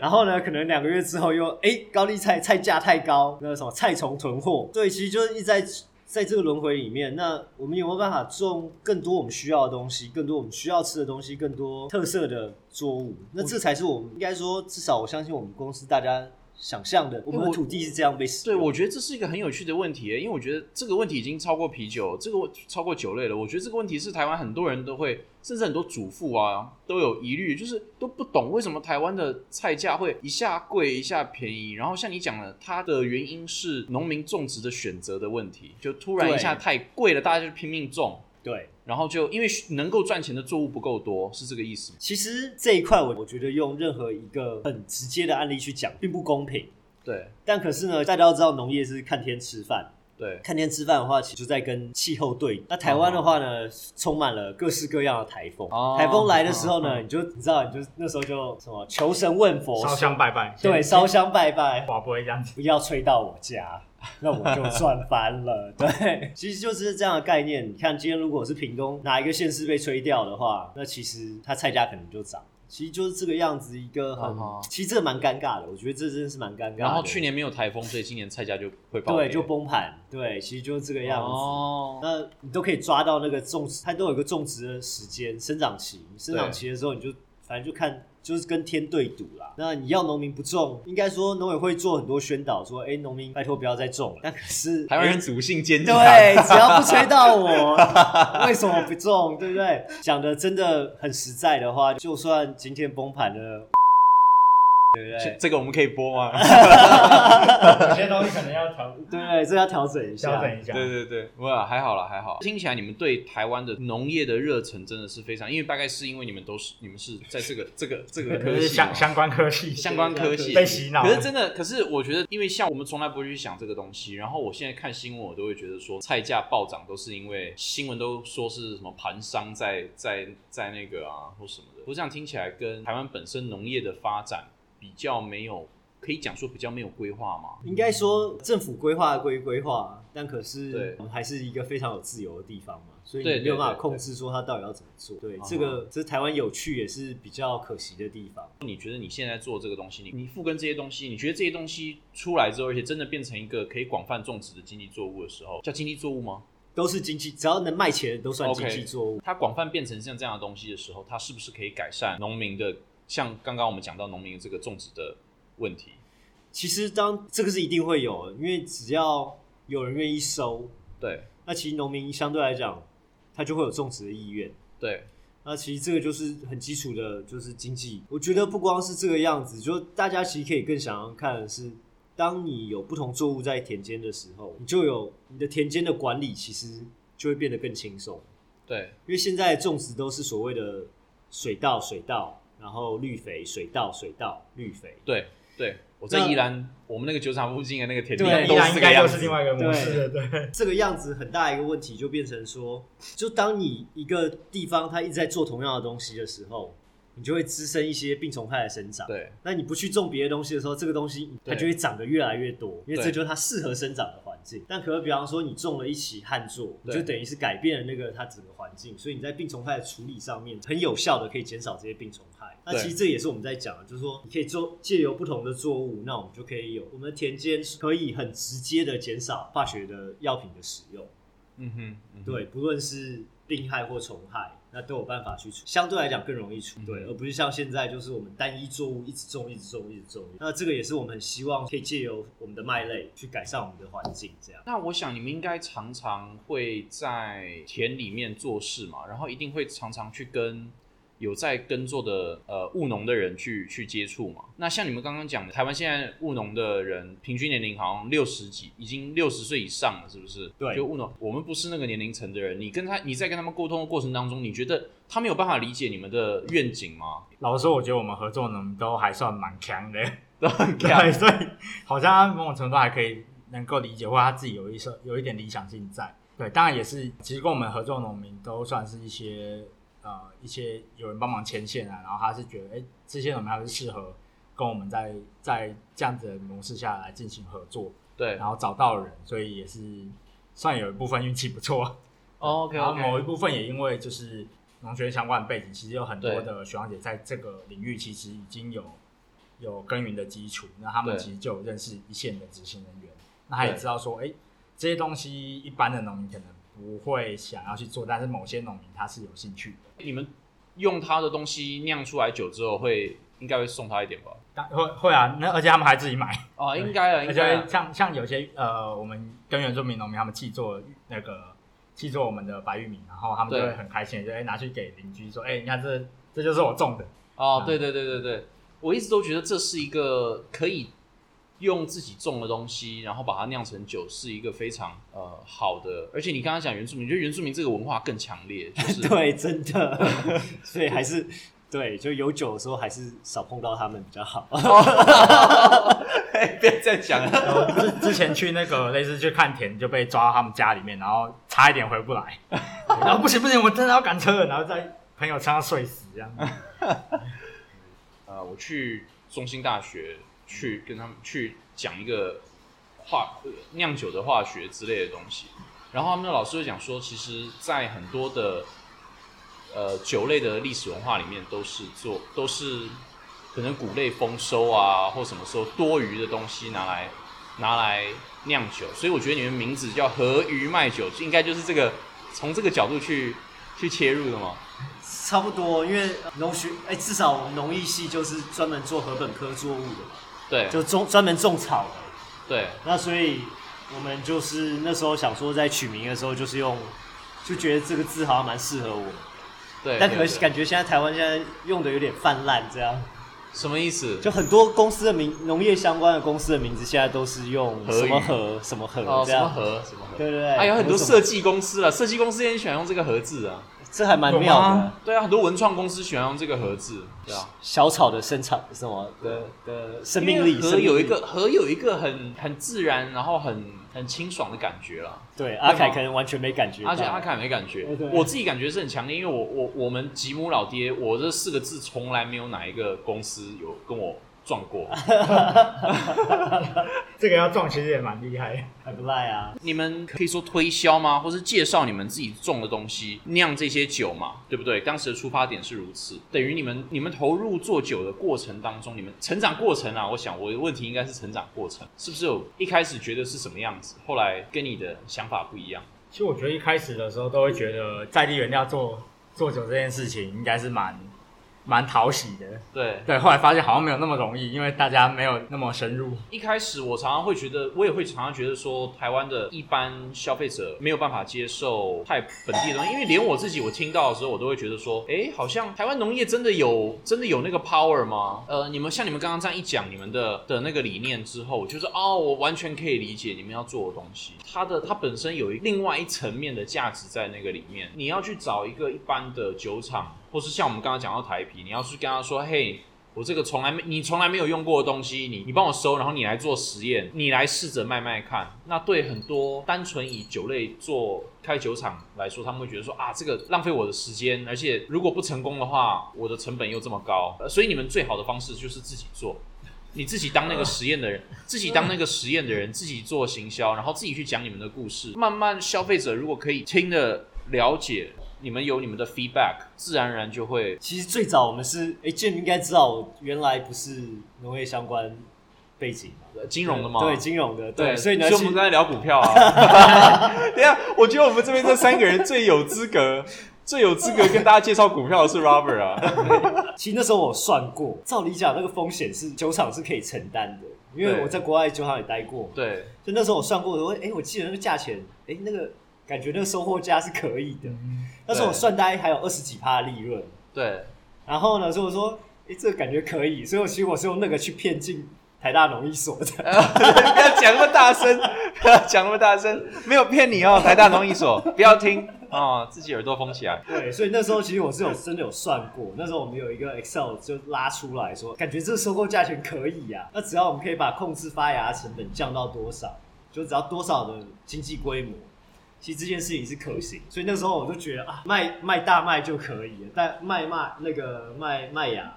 [SPEAKER 2] 然后呢，可能两个月之后又哎、高丽菜菜价太高，那个什么菜虫囤货，对，其实就是一直在在这个轮回里面。那我们有没有办法种更多我们需要的东西，更多我们需要吃的东西，更多特色的作物？那这才是我们应该说，至少我相信我们公司大家想象的，我们的土地是这样被使
[SPEAKER 1] 对，
[SPEAKER 2] 用。
[SPEAKER 1] 我觉得这是一个很有趣的问题耶，因为我觉得这个问题已经超过啤酒，这个问超过酒类了。我觉得这个问题是台湾很多人都会，甚至很多主妇啊都有疑虑，就是都不懂为什么台湾的菜价会一下贵一下便宜。然后像你讲的，它的原因是农民种植的选择的问题，就突然一下
[SPEAKER 2] 对
[SPEAKER 1] 太贵了，大家就拼命种，
[SPEAKER 2] 对，
[SPEAKER 1] 然后就因为能够赚钱的作物不够多，是这个意思吗？
[SPEAKER 2] 其实这一块我我觉得用任何一个很直接的案例去讲并不公平。
[SPEAKER 1] 对
[SPEAKER 2] 但可是呢，大家都知道农业是看天吃饭，
[SPEAKER 1] 对
[SPEAKER 2] 看天吃饭的话，其实就在跟气候对比。那台湾的话呢，充满了各式各样的台风
[SPEAKER 1] 哦。
[SPEAKER 2] 台风来的时候呢，你就你知道，你就那时候就什么求神问佛，
[SPEAKER 3] 烧香拜拜，
[SPEAKER 2] 对，
[SPEAKER 3] 先
[SPEAKER 2] 烧香拜拜，
[SPEAKER 3] 瓦不会这样子。
[SPEAKER 2] 不要吹到我家， [LAUGHS] 那我就赚翻了。 [LAUGHS] 对，其实就是这样的概念。你看，今天如果是屏东哪一个县市被吹掉的话，那其实它菜价可能就涨。其实就是这个样子，一个很，
[SPEAKER 1] 嗯
[SPEAKER 2] 其实这个蛮尴尬的，我觉得这真的是蛮尴尬的。
[SPEAKER 1] 然后去年没有台风，所以今年菜价就会爆
[SPEAKER 2] 对
[SPEAKER 1] 裂，
[SPEAKER 2] 就崩盘，对，其实就是这个样子。
[SPEAKER 1] 哦，
[SPEAKER 2] 那你都可以抓到那个种植，它都有一个种植的时间、生长期。生长期的时候，你就反正就看，就是跟天对赌啦。那你要农民不种，应该说农委会做很多宣导，说，哎、农民拜托不要再种了。但可是
[SPEAKER 1] 台湾人祖性坚强，
[SPEAKER 2] 对，只要不吹到我，为什么不中？对不对？讲的真的很实在的话，就算今天崩盘了，对不
[SPEAKER 1] 这
[SPEAKER 2] 对？
[SPEAKER 1] 这个我们可以播吗？
[SPEAKER 3] 有些东西可能要调
[SPEAKER 2] 对啊不对？这要调整一下。
[SPEAKER 3] 调整一
[SPEAKER 1] [LAUGHS]
[SPEAKER 3] 下。
[SPEAKER 1] 对对对，不还好啦，还好。听起来你们对台湾的农业的热忱真的是非常，因为大概是因为你们都是你们是在这个这个这个
[SPEAKER 3] 对，
[SPEAKER 1] 科
[SPEAKER 3] 就
[SPEAKER 1] 系
[SPEAKER 3] 是
[SPEAKER 1] 嘛
[SPEAKER 3] 相相关科系
[SPEAKER 1] 相关科系
[SPEAKER 3] 被洗脑
[SPEAKER 1] 可
[SPEAKER 3] 了，
[SPEAKER 1] 是真的，可是我觉得，因为像我们从来不会去想这个东西，然后我现在看新闻，我都会觉得说菜价暴涨都是因为新闻都说是什么盘商在在在那个啊或什么的。我这样听起来跟台湾本身农业的发展比较没有，可以讲说比较没有规划嘛。
[SPEAKER 2] 应该说政府规划归规划，但可是
[SPEAKER 1] 对
[SPEAKER 2] 我们还是一个非常有自由的地方嘛，所以
[SPEAKER 1] 对
[SPEAKER 2] 你没有
[SPEAKER 1] 对
[SPEAKER 2] 办法
[SPEAKER 1] 对啊
[SPEAKER 2] 控制说它到底要怎么做。对，
[SPEAKER 1] 哈
[SPEAKER 2] 这个这是台湾有趣也是比较可惜的地方。
[SPEAKER 1] 你觉得你现在做这个东西，你你复耕这些东西，你觉得这些东西出来之后，而且真的变成一个可以广泛种植的经济作物的时候，叫经济作物吗？
[SPEAKER 2] 都是经济，只要能卖钱都算经
[SPEAKER 1] OK
[SPEAKER 2] 济作物。
[SPEAKER 1] 它广泛变成像这样的东西的时候，它是不是可以改善农民的？像刚刚我们讲到农民的这个种植的问题，
[SPEAKER 2] 其实当这个是一定会有的，因为只要有人愿意收，
[SPEAKER 1] 对
[SPEAKER 2] 那其实农民相对来讲，他就会有种植的意愿。
[SPEAKER 1] 对，
[SPEAKER 2] 那其实这个就是很基础的，就是经济。我觉得不光是这个样子，就大家其实可以更想要看的是，当你有不同作物在田间的时候，你就有你的田间的管理，其实就会变得更轻松。
[SPEAKER 1] 对
[SPEAKER 2] 因为现在种植都是所谓的水稻、水稻，然后绿肥、水稻、水稻、绿肥。
[SPEAKER 1] 对对，我在
[SPEAKER 2] 那
[SPEAKER 1] 宜兰，我们那个酒厂附近的那个田地
[SPEAKER 2] 对
[SPEAKER 3] 对，
[SPEAKER 1] 都
[SPEAKER 3] 依然
[SPEAKER 1] 这
[SPEAKER 3] 应
[SPEAKER 1] 个
[SPEAKER 3] 该
[SPEAKER 1] 样
[SPEAKER 3] 又
[SPEAKER 1] 子
[SPEAKER 3] 是，另外一个模式，对，
[SPEAKER 2] 这个样子很大一个问题就变成说，就当你一个地方它一直在做同样的东西的时候，你就会滋生一些病虫害的生长。
[SPEAKER 1] 对
[SPEAKER 2] 那你不去种别的东西的时候，这个东西它
[SPEAKER 1] 对
[SPEAKER 2] 就会长得越来越多，因为
[SPEAKER 1] 对
[SPEAKER 2] 这就是它适合生长的环境。但可比方说你种了一起旱作，你
[SPEAKER 1] 对
[SPEAKER 2] 就等于是改变了那个它整个环境，所以你在病虫害的处理上面很有效的可以减少这些病虫害。那
[SPEAKER 1] 对
[SPEAKER 2] 其实这也是我们在讲的，就是说你可以做借由不同的作物，那我们就可以有我们的田间是可以很直接的减少化学的药品的使用。
[SPEAKER 1] 嗯哼，嗯哼，
[SPEAKER 2] 对，不论是病害或虫害，那都有办法去除，相对来讲更容易除，
[SPEAKER 1] 嗯
[SPEAKER 2] 对，而不是像现在就是我们单一作物一直种、一直种、一直种。那这个也是我们很希望可以借由我们的麦类去改善我们的环境，这样。 [LAUGHS]
[SPEAKER 1] 那我想你们应该常常会在田里面做事嘛，然后一定会常常去跟有在耕作的呃务农的人去去接触嘛。那像你们刚刚讲的，台湾现在务农的人平均年龄好像六十几，已经六十岁以上了，是不是？
[SPEAKER 2] 对
[SPEAKER 1] 就务农，我们不是那个年龄层的人，你跟他你在跟他们沟通的过程当中，你觉得他们有办法理解你们的愿景吗？ [LAUGHS]
[SPEAKER 3] 老实说，我觉得我们合作能都还算蛮强的，
[SPEAKER 1] 都很尬
[SPEAKER 3] 对，所以好像他某种程度还可以能够理解，或者他自己有一些有一点理想性在。对，当然也是，其实跟我们合作农民都算是一些呃一些有人帮忙牵线啊，然后他是觉得哎、这些农民还是适合跟我们在在这样子的模式下来进行合作，
[SPEAKER 1] 对
[SPEAKER 3] 然后找到人，所以也是算有一部分运气不错。
[SPEAKER 1] ，OK
[SPEAKER 3] 然后
[SPEAKER 1] OK，
[SPEAKER 3] 某一部分也因为就是农学院相关的背景，其实有很多
[SPEAKER 1] 对
[SPEAKER 3] 的学长姐在这个领域其实已经有有耕耘的基础，那他们
[SPEAKER 1] 对
[SPEAKER 3] 其实就有认识一线的执行人员，那他也
[SPEAKER 1] 对
[SPEAKER 3] 知道说，哎，这些东西一般的农民可能不会想要去做，但是某些农民他是有兴趣的，
[SPEAKER 1] 你们用他的东西酿出来酒之后会应该会送他一点吧？
[SPEAKER 3] 但会会啊，那而且他们还自己买，
[SPEAKER 1] 哦，应该了，
[SPEAKER 3] 而
[SPEAKER 1] 应该
[SPEAKER 3] 且
[SPEAKER 1] 了。
[SPEAKER 3] 像像有些呃，我们跟原住民农民他们制作那个制作我们的白玉米，然后他们就
[SPEAKER 1] 对
[SPEAKER 3] 会很开心，就哎拿去给邻居说，哎，你看这这就是我种的。
[SPEAKER 1] 哦，对对对对对，我一直都觉得这是一个可以用自己种的东西，然后把它酿成酒，是一个非常呃好的。而且你刚刚讲原住民，就原住民这个文化更强烈，就 [LAUGHS] 是
[SPEAKER 2] 对，真的， [LAUGHS] 所以还是对，就有酒的时候还是少碰到他们比较好。 [LAUGHS]
[SPEAKER 1] 哎，不要再讲了。
[SPEAKER 3] 然后之 [LAUGHS] 之前去那个类似去看田，就被抓到他们家里面，然后差一点回不 [LAUGHS] 来，然后不行不行，我真的要赶车了，然后在朋友车上睡死这样。 [LAUGHS]
[SPEAKER 1] 呃，我去中兴大学去跟他们去讲一个化呃酿酒的化学之类的东西，然后他们的老师就讲说，其实，在很多的呃酒类的历史文化里面都是做都是可能谷类丰收啊，或什么时候多余的东西拿来拿来酿酒，所以我觉得你们名字叫和鱼卖酒，应该就是这个从这个角度去去切入的嘛。
[SPEAKER 2] 差不多，因为农学，哎、至少我们农艺系就是专门做禾本科作物的嘛，
[SPEAKER 1] 对
[SPEAKER 2] 就种专门种草的。
[SPEAKER 1] 对，
[SPEAKER 2] 那所以我们就是那时候想说，在取名的时候就是用，就觉得这个字好像蛮适合我们，
[SPEAKER 1] 对，
[SPEAKER 2] 但
[SPEAKER 1] 对
[SPEAKER 2] 可
[SPEAKER 1] 对
[SPEAKER 2] 惜感觉现在台湾现在用的有点泛滥，这样
[SPEAKER 1] 什么意思？
[SPEAKER 2] 就很多公司的名，农业相关的公司的名字现在都是用
[SPEAKER 1] 和
[SPEAKER 2] 什么
[SPEAKER 1] 语
[SPEAKER 2] 和什么和
[SPEAKER 1] 哦，
[SPEAKER 2] 这
[SPEAKER 1] 什么
[SPEAKER 2] 样，
[SPEAKER 1] 和什么和？
[SPEAKER 2] 对对对，
[SPEAKER 1] 啊，有很多
[SPEAKER 2] 什么
[SPEAKER 1] 设计公司了，啊设计公司也喜欢用这个盒字啊。
[SPEAKER 2] 这还蛮
[SPEAKER 3] 有
[SPEAKER 2] 妙的
[SPEAKER 3] 吗。
[SPEAKER 1] 对啊，很多文创公司喜欢用这个盒字，对啊。
[SPEAKER 2] 小草的生产什么的的生命
[SPEAKER 1] 因
[SPEAKER 2] 力，
[SPEAKER 1] 为
[SPEAKER 2] 生
[SPEAKER 1] 和
[SPEAKER 2] 命
[SPEAKER 1] 有一
[SPEAKER 2] 力
[SPEAKER 1] 个和有一个很很自然，然后很很清爽的感觉啦。
[SPEAKER 2] 对阿凯
[SPEAKER 1] 吗
[SPEAKER 2] 可能完全没感觉到，
[SPEAKER 1] 而且阿
[SPEAKER 2] [LAUGHS]
[SPEAKER 1] 凯没感觉
[SPEAKER 2] 对对，
[SPEAKER 1] 我自己感觉是很强烈，因为我我我们吉姆老爹，我这四个字从来没有哪一个公司有跟我撞过。
[SPEAKER 3] 这个要撞其实也蛮厉害的。
[SPEAKER 2] 还不赖啊。
[SPEAKER 1] 你们可以说推销吗？或是介绍你们自己种的东西，酿这些酒嘛，对不对？当时的出发点是如此，等于你们你们投入做酒的过程当中，你们成长过程啊，我想我的问题应该是成长过程，是不是有一开始觉得是什么样子，后来跟你的想法不一样？
[SPEAKER 3] 其实我觉得一开始的时候都会觉得在地原料做做酒这件事情应该是蛮蛮讨喜的，
[SPEAKER 1] 对，
[SPEAKER 3] 对。后来发现好像没有那么容易，因为大家没有那么深入。
[SPEAKER 1] 一开始我常常会觉得，我也会常常觉得说，台湾的一般消费者没有办法接受太本地的东西，因为连我自己我听到的时候，我都会觉得说，哎，好像台湾农业真的有真的有那个 power 吗？呃，你们像你们刚刚这样一讲你们的的那个理念之后，我就是哦，我完全可以理解你们要做的东西，它的它本身有一另外一层面的价值在那个里面。你要去找一个一般的酒厂，或是像我们刚刚讲到台啤，你要去跟他说，嘿，我这个从来没你从来没有用过的东西，你你帮我收，然后你来做实验，你来试着卖卖看。那对很多单纯以酒类做开酒厂来说，他们会觉得说啊，这个浪费我的时间，而且如果不成功的话，我的成本又这么高。呃所以你们最好的方式就是自己做，你自己当那个实验的人，自己当那个实验的人，自己做行销，然后自己去讲你们的故事。慢慢消费者如果可以听的了解，你们有你们的 feedback，自然而然就会
[SPEAKER 2] 其实最早我们是，哎、建 j 应该知道，我原来不是农业相关背景嘛，
[SPEAKER 1] 呃金融的嘛。
[SPEAKER 2] 对，金融的，对，
[SPEAKER 1] 对，
[SPEAKER 2] 所以呢，
[SPEAKER 1] 我
[SPEAKER 2] 其
[SPEAKER 1] 们
[SPEAKER 2] 实
[SPEAKER 1] 刚才聊股票 [LAUGHS] 啊。等一下，啊我觉得我们这边这三个人最有资格、最有资格跟大家介绍股票的是 Robert 啊。
[SPEAKER 2] 其实那时候我算过，照理讲那个风险是酒厂是可以承担的，因为
[SPEAKER 1] 对
[SPEAKER 2] 我在国外酒厂也待过，
[SPEAKER 1] [LAUGHS] 对，
[SPEAKER 2] 就那时候我算过，我哎、诶我记得那个价钱，哎、那个感觉那个收获价是可以的，
[SPEAKER 1] 嗯
[SPEAKER 2] 那时候我算大概还有二十几趴的利润，
[SPEAKER 1] 对，
[SPEAKER 2] 然后呢，所以我说，哎、这个感觉可以，所以我其实我是用那个去骗进台大农艺所的。
[SPEAKER 1] [LAUGHS] 不要讲那么大声，不要讲那么大声，没有骗你哦，台大农艺所，不要听哦，自己耳朵封起来。
[SPEAKER 2] 对，所以那时候其实我是有真的有算过，那时候我们有一个 Excel 就拉出来说，感觉这收购价钱可以呀、那只要我们可以把控制发芽成本降到多少，就只要多少的经济规模，其实这件事情是可行。所以那时候我就觉得啊，卖卖大麦就可以了，但卖麦那个卖麦芽，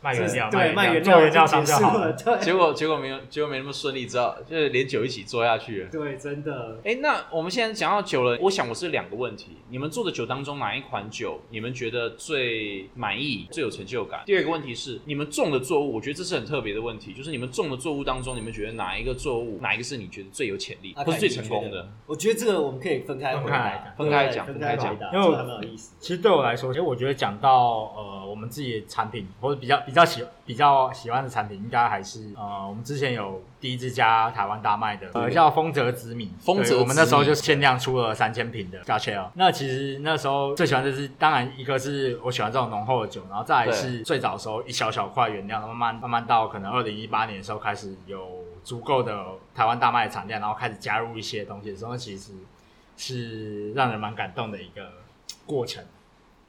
[SPEAKER 3] 卖原料，
[SPEAKER 2] 对，卖
[SPEAKER 3] 原
[SPEAKER 2] 原
[SPEAKER 3] 做
[SPEAKER 2] 料
[SPEAKER 3] 原料
[SPEAKER 2] 已经
[SPEAKER 3] 商
[SPEAKER 2] 结
[SPEAKER 3] 就
[SPEAKER 2] 束
[SPEAKER 3] 好
[SPEAKER 2] 了，
[SPEAKER 3] 了。
[SPEAKER 2] 对
[SPEAKER 1] 结果结果没有，结果没那么顺利，知道就是连酒一起做下去了。
[SPEAKER 2] 对，真的。
[SPEAKER 1] 哎，那我们现在讲到酒了，我想我是两个问题：你们做的酒当中哪一款酒你们觉得最满意、最有成就感？第二个问题是你们种的作物，我觉得这是很特别的问题，就是你们种的作物当中，你们觉得哪一个作物，哪一个是你觉得最有潜力，
[SPEAKER 2] 啊
[SPEAKER 1] 或是最成功的？
[SPEAKER 2] 我觉得这个我们可以分开回答
[SPEAKER 1] 分开来
[SPEAKER 2] 对
[SPEAKER 1] 讲
[SPEAKER 2] 分
[SPEAKER 1] 分
[SPEAKER 2] 开
[SPEAKER 1] 开
[SPEAKER 2] 回
[SPEAKER 1] 讲
[SPEAKER 2] 答，
[SPEAKER 3] 因为我
[SPEAKER 2] 这还蛮有意思的。
[SPEAKER 3] 其实对我来说，因为我觉得讲到呃我们自己的产品，或者比较比较喜比较喜欢的产品，应该还是呃我们之前有第一支加台湾大麦的，呃叫丰泽紫米，
[SPEAKER 1] 嗯丰泽
[SPEAKER 3] 对
[SPEAKER 1] 紫米
[SPEAKER 3] 我们那时候就限量出了三千瓶的 g a c h e 那其实那时候最喜欢的是，当然一个是我喜欢这种浓厚的酒，然后再来是最早的时候一小小块原料，慢慢慢慢到可能二零一八年的时候开始有足够的台湾大麦的产量，然后开始加入一些东西的时候，那其实是让人蛮感动的一个过程。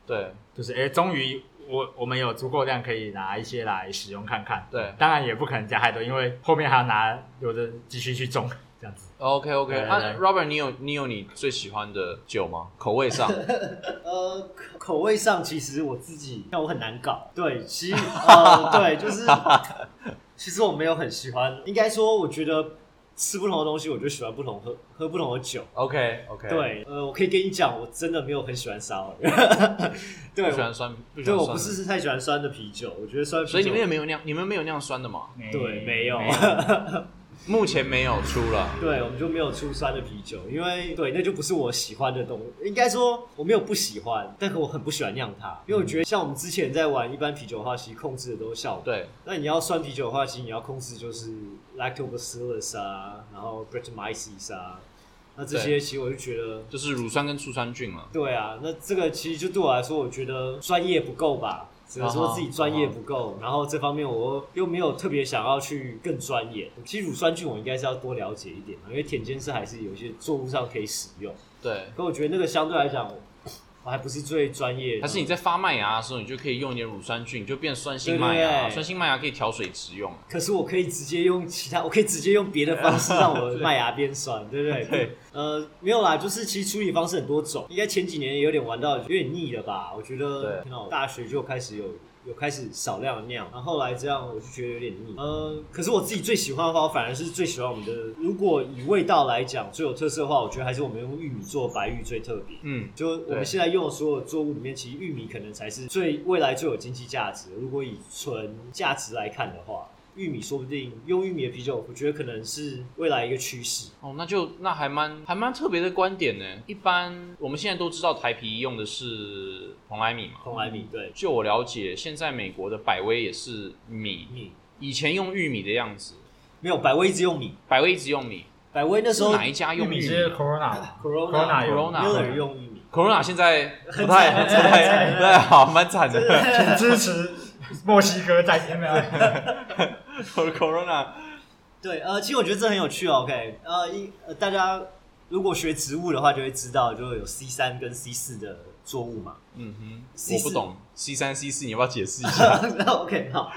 [SPEAKER 1] 对
[SPEAKER 3] 就是哎，诶终于我我们有足够量可以拿一些来使用看看。
[SPEAKER 1] 对
[SPEAKER 3] 当然也不可能加太多，因为后面还要拿有的继续去种 [LAUGHS] 这样子。
[SPEAKER 1] ，OK OK。
[SPEAKER 3] 来来
[SPEAKER 1] 啊，Robert，你有你有你最喜欢的酒吗？口味
[SPEAKER 2] [LAUGHS]
[SPEAKER 1] 上，
[SPEAKER 2] 呃，口口味上其实我自己，但我很难搞。对，其
[SPEAKER 1] [LAUGHS]
[SPEAKER 2] 实呃，对，就是其实我没有很喜欢，应该说我觉得吃不同的东西，我就喜欢不同喝喝不同的酒。
[SPEAKER 1] OK OK，，
[SPEAKER 2] 对，呃，我可以跟你讲，我真的没有很喜欢沙尔。 [LAUGHS] 对，
[SPEAKER 1] 不喜
[SPEAKER 2] 我
[SPEAKER 1] 欢酸，不喜
[SPEAKER 2] 对
[SPEAKER 1] 欢
[SPEAKER 2] 我
[SPEAKER 1] 酸
[SPEAKER 2] 不
[SPEAKER 1] 的，
[SPEAKER 2] 是太喜欢酸的啤酒，我觉得酸啤酒，
[SPEAKER 1] 所以你们也没有酿，你们没有酿酸的嘛？
[SPEAKER 2] 对没有，
[SPEAKER 1] 目前没有出了，
[SPEAKER 2] 对，我们就没有出酸的啤酒，因为对，那就不是我喜欢的东应该说我没有不喜欢，但是我很不喜欢酿它，因为我觉得像我们之前在玩一般啤酒的话，其实控制的都是效果。
[SPEAKER 1] 对，
[SPEAKER 2] 那你要酸啤酒的话，其实你要控制就是 lactobacillus 啊，然后 Brettanomyces 啊，那这些
[SPEAKER 1] 对
[SPEAKER 2] 其实我就觉得。
[SPEAKER 1] 就是乳酸跟醋酸菌了。
[SPEAKER 2] 对啊，那这个其实就对我来说，我觉得专业不够吧，只能说自己专业不
[SPEAKER 1] 啊
[SPEAKER 2] 够，然后这方面我又没有特别想要去更钻研。其实乳酸菌我应该是要多了解一点嘛，因为田间是还是有一些作物上可以使用，
[SPEAKER 1] 对，
[SPEAKER 2] 可我觉得那个相对来讲，我还不是最专业的。
[SPEAKER 1] 还是你在发麦芽的时候，你就可以用一点乳酸菌，你就变酸性
[SPEAKER 2] 对
[SPEAKER 1] 麦芽，
[SPEAKER 2] 对对
[SPEAKER 1] 酸性麦芽可以调水质用。
[SPEAKER 2] 可是我可以直接用其他，我可以直接用别的方式让我的麦芽变酸，对不对？
[SPEAKER 1] [LAUGHS] 对，
[SPEAKER 2] 呃，没有啦，就是其实处理方式很多种，应该前几年也有点玩到有点腻了吧？我觉得
[SPEAKER 1] 对，
[SPEAKER 2] 天哪我大学就开始有。有开始少量的酿，然后后来这样我就觉得有点腻。呃，可是我自己最喜欢的话，我反而是最喜欢我们的。如果以味道来讲最有特色的话，我觉得还是我们用玉米做白玉最特别。
[SPEAKER 1] 嗯，
[SPEAKER 2] 就我们
[SPEAKER 1] 对
[SPEAKER 2] 现在用的所有作物里面，其实玉米可能才是最未来最有经济价值的。如果以纯价值来看的话，玉米说不定用玉米的啤酒，我觉得可能是未来一个趋势。
[SPEAKER 1] 哦，那就那还蛮还蛮特别的观点呢。一般我们现在都知道台啤用的是蓬莱米嘛，
[SPEAKER 2] 蓬莱米对
[SPEAKER 1] 就我了解，现在美国的百威也是米，
[SPEAKER 2] 米
[SPEAKER 1] 以前用玉米的样子，
[SPEAKER 2] 没有百威一直用米，
[SPEAKER 1] 百威一直用米，
[SPEAKER 2] 百威那时
[SPEAKER 1] 是
[SPEAKER 2] 候
[SPEAKER 1] 哪一家
[SPEAKER 3] 玉
[SPEAKER 1] 用
[SPEAKER 3] 米
[SPEAKER 1] 米
[SPEAKER 3] 是
[SPEAKER 1] 啊
[SPEAKER 3] Corona 嘛
[SPEAKER 2] Corona
[SPEAKER 3] 有
[SPEAKER 1] Corona
[SPEAKER 2] Miller 用玉米，
[SPEAKER 1] ？Corona 现在不太不太不太好，蛮惨的。
[SPEAKER 3] 请支持墨西哥在啊有没有？
[SPEAKER 1] [LAUGHS] Corona
[SPEAKER 2] 对呃，其实我觉得这很有趣哦。OK，呃，一呃大家如果学植物的话，就会知道就有 C 三跟 C 四的作物嘛。
[SPEAKER 1] 嗯哼，
[SPEAKER 2] C4
[SPEAKER 1] 我不懂 C 三 C 四，你要不要解释一
[SPEAKER 2] [LAUGHS]
[SPEAKER 1] 下？
[SPEAKER 2] OK，好，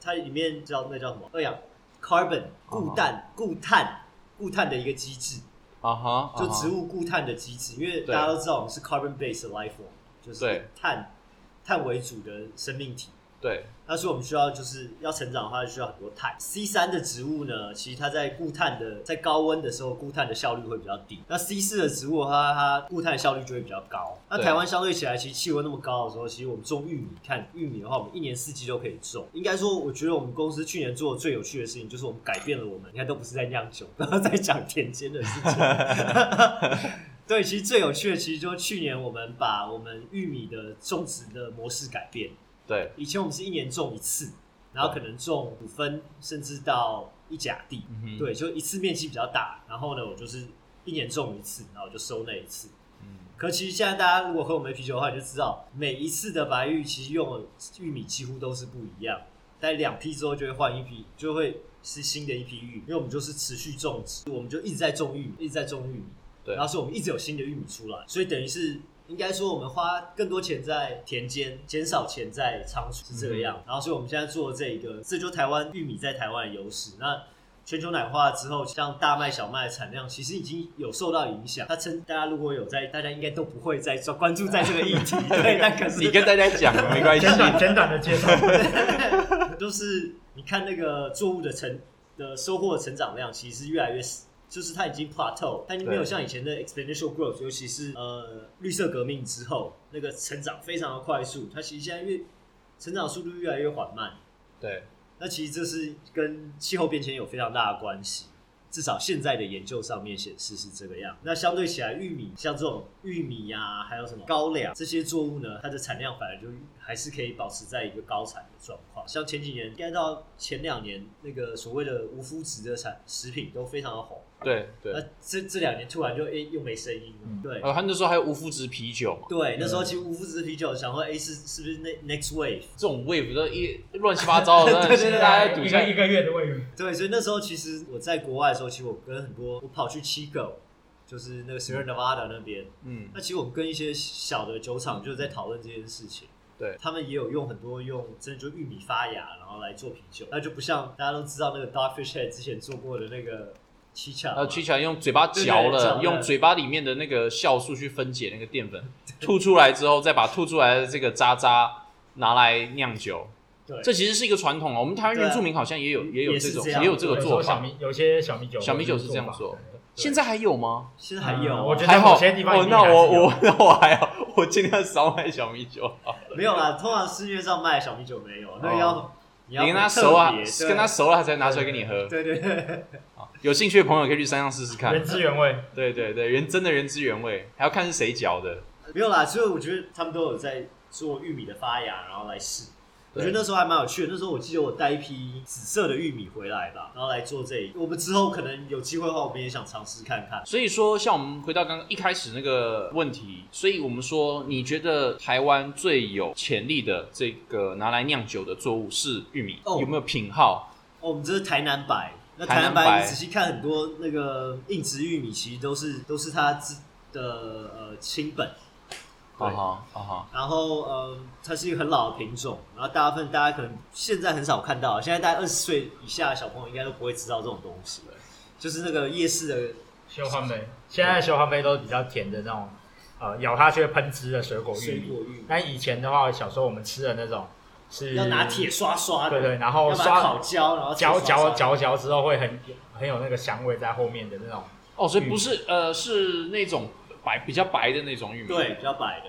[SPEAKER 2] 它里面叫那叫什么二氧
[SPEAKER 1] 啊
[SPEAKER 2] carbon 固氮固碳固碳的一个机制，
[SPEAKER 1] 啊哈，
[SPEAKER 2] 就植
[SPEAKER 1] 物
[SPEAKER 2] 物固碳的机制，因为
[SPEAKER 1] 对
[SPEAKER 2] 大家都知道我们是 carbon based life form，就是
[SPEAKER 1] 对
[SPEAKER 2] 碳碳为主的生命体。
[SPEAKER 1] 对，
[SPEAKER 2] 那所以我们需要就是要成长的话，需要很多碳。C 三的植物呢，其实它在固碳的在高温的时候，固碳的效率会比较低。那 C 四的植物的话，它固碳的效率就会比较高。那
[SPEAKER 1] 对
[SPEAKER 2] 台湾相对起来，其实气温那么高的时候，其实我们种玉米，看玉米的话，我们一年四季都可以种。应该说，我觉得我们公司去年做的最有趣的事情，就是我们改变了我们，你看都不是在酿酒，然后在讲田间的事情。对，其实最有趣的，其实就是去年我们把我们玉米的种植的模式改变。
[SPEAKER 1] 对，
[SPEAKER 2] 以前我们是一年种一次，然后可能种五分，甚至到一甲地，
[SPEAKER 1] 嗯哼，
[SPEAKER 2] 对，就一次面积比较大。然后呢，我就是一年种一次，然后我就收那一次。
[SPEAKER 1] 嗯，
[SPEAKER 2] 可其实现在大家如果喝我们的啤酒的话，你就知道每一次的白玉其实用的玉米几乎都是不一样，但两批之后就会换一批，就会是新的一批玉米，因为我们就是持续种植，我们就一直在种玉米，一直在种玉米，
[SPEAKER 1] 对
[SPEAKER 2] 然后所以我们一直有新的玉米出来，所以等于是。应该说，我们花更多钱在田间，减少钱在仓储是
[SPEAKER 1] 嗯
[SPEAKER 2] 这个样。然后，所以我们现在做这一个，这就是台湾玉米在台湾的优势。那全球奶化之后，像大麦、小麦的产量其实已经有受到影响。它称大家如果有在，大家应该都不会再关注在这个议
[SPEAKER 1] [LAUGHS]
[SPEAKER 2] 题，对。但可是
[SPEAKER 1] 你跟大家讲没关系
[SPEAKER 3] 简短简短的介绍，
[SPEAKER 2] 就是你看那个作物的成的收获的成长量，其实是越来越少，就是它已经 plateau，它已经没有
[SPEAKER 1] 对
[SPEAKER 2] 像以前的 exponential growth，尤其是呃绿色革命之后那个成长非常的快速，它其实现在越成长速度越来越缓慢。
[SPEAKER 1] 对，
[SPEAKER 2] 那其实这是跟气候变迁有非常大的关系，至少现在的研究上面显示是这个样。那相对起来，玉米像这种玉米呀、还有什么高粱这些作物呢，它的产量反而就还是可以保持在一个高产的状况。像前几年，应该到前两年，那个所谓的无麸质的产食品都非常的红，
[SPEAKER 1] 对对
[SPEAKER 2] 那，这这两年突然就诶、又没声音了，
[SPEAKER 3] 嗯
[SPEAKER 2] 对。
[SPEAKER 1] 呃，他那时候还有无麸质啤酒嘛，
[SPEAKER 2] 对，那时候其实无麸质啤酒，想说，诶是是不是那 next wave？
[SPEAKER 1] 这种 wave 都一乱七八糟的，那
[SPEAKER 2] [LAUGHS] 对对对
[SPEAKER 1] 大家赌
[SPEAKER 3] 一
[SPEAKER 1] 一下
[SPEAKER 3] 个一个月的喂鱼，
[SPEAKER 2] 对，所以那时候其实我在国外的时候，其实我跟很多我跑去 Chico，就是那个 Sierra Nevada 那边，
[SPEAKER 1] 嗯，
[SPEAKER 2] 那其实我们跟一些小的酒厂就是在讨论这件事情。
[SPEAKER 1] 对
[SPEAKER 2] 他们也有用很多用真的就玉米发芽，然后来做啤酒，那就不像大家都知道那个 Dogfish Head 之前做过的那个 Chicha，
[SPEAKER 1] 呃，举起来用嘴巴嚼
[SPEAKER 2] 对对嚼了
[SPEAKER 1] 了，用嘴巴里面的那个酵素去分解那个淀粉，吐出来之后，再把吐出来的这个渣渣拿来酿酒，
[SPEAKER 2] 对
[SPEAKER 1] 这其实是一个传统哦。我们台湾
[SPEAKER 2] 对啊
[SPEAKER 1] 原住民好像也有也有
[SPEAKER 2] 也是
[SPEAKER 1] 这种
[SPEAKER 2] 这样
[SPEAKER 1] 也有这个
[SPEAKER 3] 有时
[SPEAKER 1] 做
[SPEAKER 3] 候小
[SPEAKER 1] 法，
[SPEAKER 3] 米有些小米酒，
[SPEAKER 1] 小米酒是这样做。现在还有吗？
[SPEAKER 2] 现在还有啊，
[SPEAKER 3] 嗯我觉得
[SPEAKER 1] 还好，
[SPEAKER 3] 某些地方
[SPEAKER 1] 哦
[SPEAKER 3] 一，定
[SPEAKER 1] 那
[SPEAKER 3] 还是
[SPEAKER 1] 我
[SPEAKER 3] 有
[SPEAKER 1] 我那我还好，我尽量少买小米酒。
[SPEAKER 2] 没有啦，通常市面上卖的小米酒没有，那个要你要
[SPEAKER 1] 哦你跟他
[SPEAKER 2] 很特
[SPEAKER 1] 熟啊
[SPEAKER 2] 别，对
[SPEAKER 1] 跟他熟了他才拿出来给你喝。
[SPEAKER 2] 对对对，
[SPEAKER 1] 有兴趣的朋友可以去山上试试看
[SPEAKER 3] 原。汁原味。
[SPEAKER 1] 对对对，原真的原汁原味，还要看是谁嚼的。
[SPEAKER 2] 没有啦，所以我觉得他们都有在做玉米的发芽，然后来试。我
[SPEAKER 1] 对
[SPEAKER 2] 觉得那时候还蛮有趣的。那时候我记得我带一批紫色的玉米回来吧，然后来做这一。我们之后可能有机会的话，我们也想尝试看哦看。
[SPEAKER 1] 所以说，像我们回到刚刚一开始那个问题，所以我们说，你觉得台湾最有潜力的这个拿来酿酒的作物是玉米，
[SPEAKER 2] 哦
[SPEAKER 1] 有没有品号？
[SPEAKER 2] 哦，我们这是台南白，那
[SPEAKER 1] 台
[SPEAKER 2] 台
[SPEAKER 1] 南
[SPEAKER 2] 南
[SPEAKER 1] 白
[SPEAKER 2] 白你仔细看很多那个硬质玉米，其实都是都是它自的呃亲本。
[SPEAKER 1] 啊哈啊哈，
[SPEAKER 2] 然后呃，它是一个很老的品种，然后大部分大家可能现在很少看到，啊现在大概二十岁以下的小朋友应该都不会知道这种东西了。就是那个夜市的，
[SPEAKER 3] 修花梅，现在的修花梅都是比较甜的那种，呃，咬下去会喷汁的水果玉
[SPEAKER 2] 水果玉米
[SPEAKER 3] 米。但以前的话，小时候我们吃的那种是
[SPEAKER 2] 要拿铁刷刷的，
[SPEAKER 3] 对对，然
[SPEAKER 2] 要
[SPEAKER 3] 后
[SPEAKER 1] 哦
[SPEAKER 2] 把它烤
[SPEAKER 3] 刷
[SPEAKER 2] 焦，然后铁
[SPEAKER 3] 嚼
[SPEAKER 2] 刷刷
[SPEAKER 3] 嚼，嚼嚼之后会很很有那个香味在后面的那种。
[SPEAKER 1] 哦，所以不是呃，是那种白比较白的那种玉米，
[SPEAKER 2] 对，，比较白的。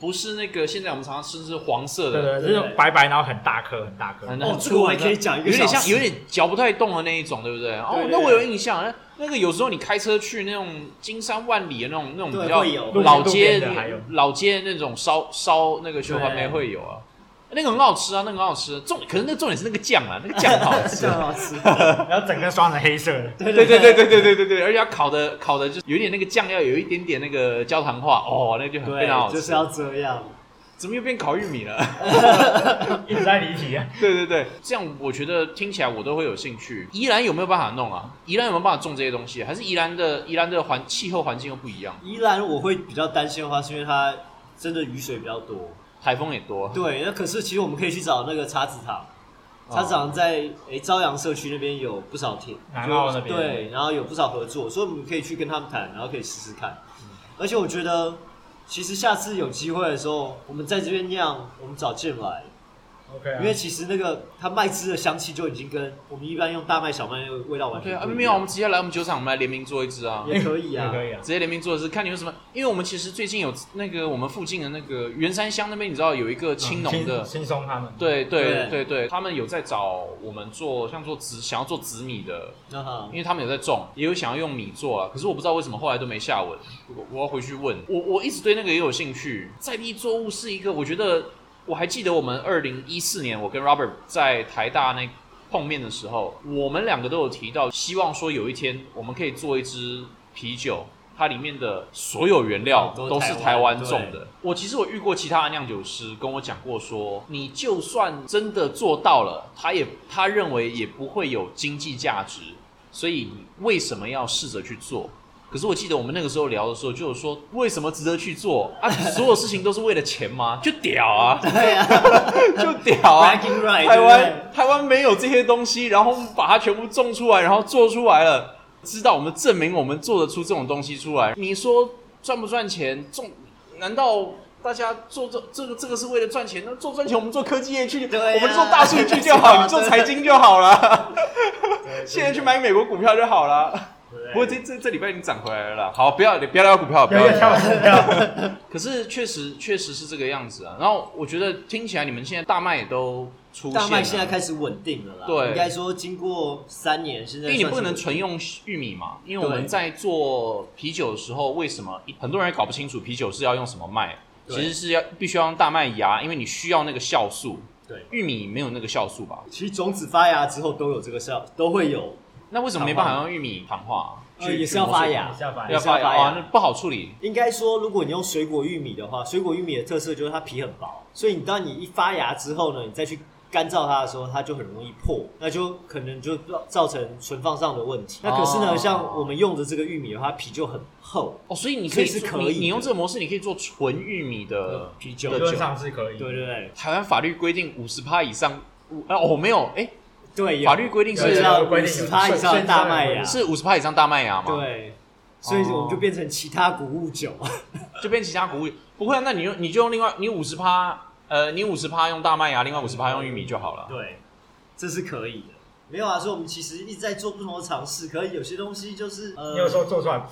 [SPEAKER 1] 不是那个现在我们常常吃是黄色
[SPEAKER 3] 对
[SPEAKER 1] 的，
[SPEAKER 3] 对，就是白白，然后很大颗，很大颗。
[SPEAKER 1] 很
[SPEAKER 2] 哦
[SPEAKER 1] 很
[SPEAKER 2] 这个我还
[SPEAKER 1] 粗
[SPEAKER 2] 可以讲一个
[SPEAKER 1] 有点
[SPEAKER 2] 小
[SPEAKER 1] 像
[SPEAKER 2] 时
[SPEAKER 1] 有点嚼不太动的那一种，对不对？哦，
[SPEAKER 2] 对对
[SPEAKER 1] 那我有印象，那那个有时候你开车去那种金山万里的那种那种
[SPEAKER 2] 对
[SPEAKER 1] 比较
[SPEAKER 2] 会有
[SPEAKER 1] 老
[SPEAKER 3] 路
[SPEAKER 1] 街
[SPEAKER 3] 边的还有
[SPEAKER 1] 老街那种烧烧那个雪花梅会有啊，那个很好吃啊，那个很好吃。重可是那个重点是那个酱啊，那个酱好
[SPEAKER 2] [LAUGHS]
[SPEAKER 1] 吃
[SPEAKER 2] [LAUGHS] 这。样好吃，
[SPEAKER 3] 然后整个刷成黑色的。
[SPEAKER 1] [LAUGHS] 对对对对对对对对对，而且它烤的烤的就是有点那个酱要有一点点那个焦糖化哦，那就很非常好
[SPEAKER 2] 对，
[SPEAKER 1] 吃。
[SPEAKER 2] 就是要这样。
[SPEAKER 1] 怎么又变烤玉米了？
[SPEAKER 3] 一直在离题啊。
[SPEAKER 1] 对对对，这样我觉得听起来我都会有兴趣。宜兰有没有办法弄啊？宜兰有没有办法种这些东西？啊还是宜兰的宜兰的环气候环境又不一样，
[SPEAKER 2] 宜兰我会比较担心的话，是因为它真的雨水比较多。
[SPEAKER 1] 台风也多。
[SPEAKER 2] 对，那可是其实我们可以去找那个茶子堂，
[SPEAKER 1] 哦
[SPEAKER 2] 茶子堂在诶朝阳社区那边有不少田，
[SPEAKER 3] 南澳那边
[SPEAKER 2] 对，然后有不少合作，所以我们可以去跟他们谈，然后可以试试看。
[SPEAKER 1] 嗯
[SPEAKER 2] 而且我觉得，其实下次有机会的时候，我们在这边酿，我们找进来，
[SPEAKER 3] [LAUGHS] OK，啊
[SPEAKER 2] 因为其实那个它麦汁的香气就已经跟我们一般用大麦、小麦的味道完
[SPEAKER 1] 对
[SPEAKER 2] 全
[SPEAKER 1] 啊，
[SPEAKER 2] 不一
[SPEAKER 1] 没有，我
[SPEAKER 2] 样
[SPEAKER 1] 们，直接来我们酒厂，我们来联名做一支啊。
[SPEAKER 2] 也可以啊
[SPEAKER 3] 也，可以啊
[SPEAKER 1] 直。接联名做的是看你有什么，因为我们其实最近有那个我们附近的那个圆山乡那边，你知道有一个青农的，
[SPEAKER 3] 嗯轻松他们。
[SPEAKER 1] 对对
[SPEAKER 2] 对
[SPEAKER 1] 对对，他们有在找我们做像做紫想要做紫米的，
[SPEAKER 2] 那啊
[SPEAKER 1] [LAUGHS]
[SPEAKER 2] 哈
[SPEAKER 1] 因，为他们有在种，也有想要用米做啊，可是我不知道为什么后来都没下文，我我要回去问。我我一直对那个也有兴趣，在地作物是一个，我觉得我还记得我们二零一四年我跟 Robert 在台大那碰面的时候，我们两个都有提到，希望说有一天我们可以做一支啤酒。它里面的所有原料
[SPEAKER 2] 都
[SPEAKER 1] 哦都是
[SPEAKER 2] 台
[SPEAKER 1] 台
[SPEAKER 2] 湾
[SPEAKER 1] 湾种的。我其实我遇过其他的酿酒师跟我讲过说，你就算真的做到了，他也他认为也不会有经济价值，所以你为什么要试着去做？可是我记得我们那个时候聊的时候，就有说为什么值得去做啊？所有事情都是为了钱吗？就屌啊，
[SPEAKER 2] 对啊
[SPEAKER 1] [LAUGHS] 就屌
[SPEAKER 2] b r a [LAUGHS]
[SPEAKER 1] 啊
[SPEAKER 2] g！g right，
[SPEAKER 1] 台
[SPEAKER 2] 对不对
[SPEAKER 1] 湾台湾没有这些东西，然后把它全部种出来，然后做出来了，知道我们证明我们做得出这种东西出来。你说赚不赚钱？种难道？大家做这这个这个是为了赚钱，那做赚钱我们做科技业去，
[SPEAKER 2] 对啊
[SPEAKER 1] 我们做大数据就
[SPEAKER 2] [LAUGHS]
[SPEAKER 1] 好，你做财经就好了。
[SPEAKER 3] 对，
[SPEAKER 1] 现在去买美国股票就好了。
[SPEAKER 2] 对
[SPEAKER 1] 不过这这这礼拜已经涨回来了啦。好，不要不要聊股票，不
[SPEAKER 3] 有
[SPEAKER 1] 要
[SPEAKER 3] 一个
[SPEAKER 1] 聊
[SPEAKER 3] 跳舞
[SPEAKER 1] [LAUGHS]
[SPEAKER 3] 跳。
[SPEAKER 1] 可是确实确实是这个样子啊。然后我觉得听起来你们现在大麦也都出现了，
[SPEAKER 2] 大麦现在开始稳定了啦，
[SPEAKER 1] 对
[SPEAKER 2] 应该说经过三年，现在
[SPEAKER 1] 因为你
[SPEAKER 2] 算
[SPEAKER 1] 不
[SPEAKER 2] 是
[SPEAKER 1] 能
[SPEAKER 2] 稳定
[SPEAKER 1] 纯用玉米嘛，因为我们
[SPEAKER 2] 对
[SPEAKER 1] 在做啤酒的时候，为什么很多人也搞不清楚啤酒是要用什么麦？
[SPEAKER 2] 对
[SPEAKER 1] 其实是要必须要用大麦芽，因为你需要那个酵素。
[SPEAKER 2] 对
[SPEAKER 1] 玉米没有那个酵素吧？
[SPEAKER 2] 其实种子发芽之后都有这个效，都会有，
[SPEAKER 1] 那为什么没办法用玉米糖化、啊？
[SPEAKER 2] 呃，也是要发芽。
[SPEAKER 3] 下班
[SPEAKER 2] 也
[SPEAKER 1] 要
[SPEAKER 2] 是要
[SPEAKER 1] 发芽
[SPEAKER 2] 发芽
[SPEAKER 1] 啊，那不好处理。
[SPEAKER 2] 应该说，如果你用水果玉米的话，水果玉米的特色就是它皮很薄，所以你当你一发芽之后呢，你再去干燥它的时候，它就很容易破，那就可能就造成存放上的问题。那可是呢，
[SPEAKER 1] 哦
[SPEAKER 2] 像我们用的这个玉米的话，它皮就很厚，
[SPEAKER 1] 哦，所以你可以
[SPEAKER 2] 所以是
[SPEAKER 1] 做
[SPEAKER 2] 可以
[SPEAKER 1] 你，
[SPEAKER 2] 的
[SPEAKER 1] 你用这个模式，你可以做纯玉米的
[SPEAKER 2] 啤酒
[SPEAKER 3] 理
[SPEAKER 1] 的
[SPEAKER 3] 论
[SPEAKER 1] 酒。
[SPEAKER 3] 上是可以。
[SPEAKER 2] 对对对
[SPEAKER 1] 台湾法律规定五十趴以上，五呃哦没有，哎、
[SPEAKER 2] 对，
[SPEAKER 1] 法律规定
[SPEAKER 3] 对
[SPEAKER 1] 是
[SPEAKER 3] 对对
[SPEAKER 2] 要
[SPEAKER 3] 规
[SPEAKER 2] 五
[SPEAKER 3] 定有
[SPEAKER 2] 十趴以上的大麦芽，
[SPEAKER 1] 是五十趴以上大麦芽嘛？，
[SPEAKER 2] 对，所以我们就变成其他谷物酒。
[SPEAKER 1] 就变其他谷物。不会、啊，那你用你就用另外你五十趴呃，你五十趴用大麦芽，另外五十趴用玉米就好了。
[SPEAKER 2] 对，这是可以的。没有啊，所以我们其实一直在做不同的尝试，可以有些东西就是呃，
[SPEAKER 3] 你有时候做出来，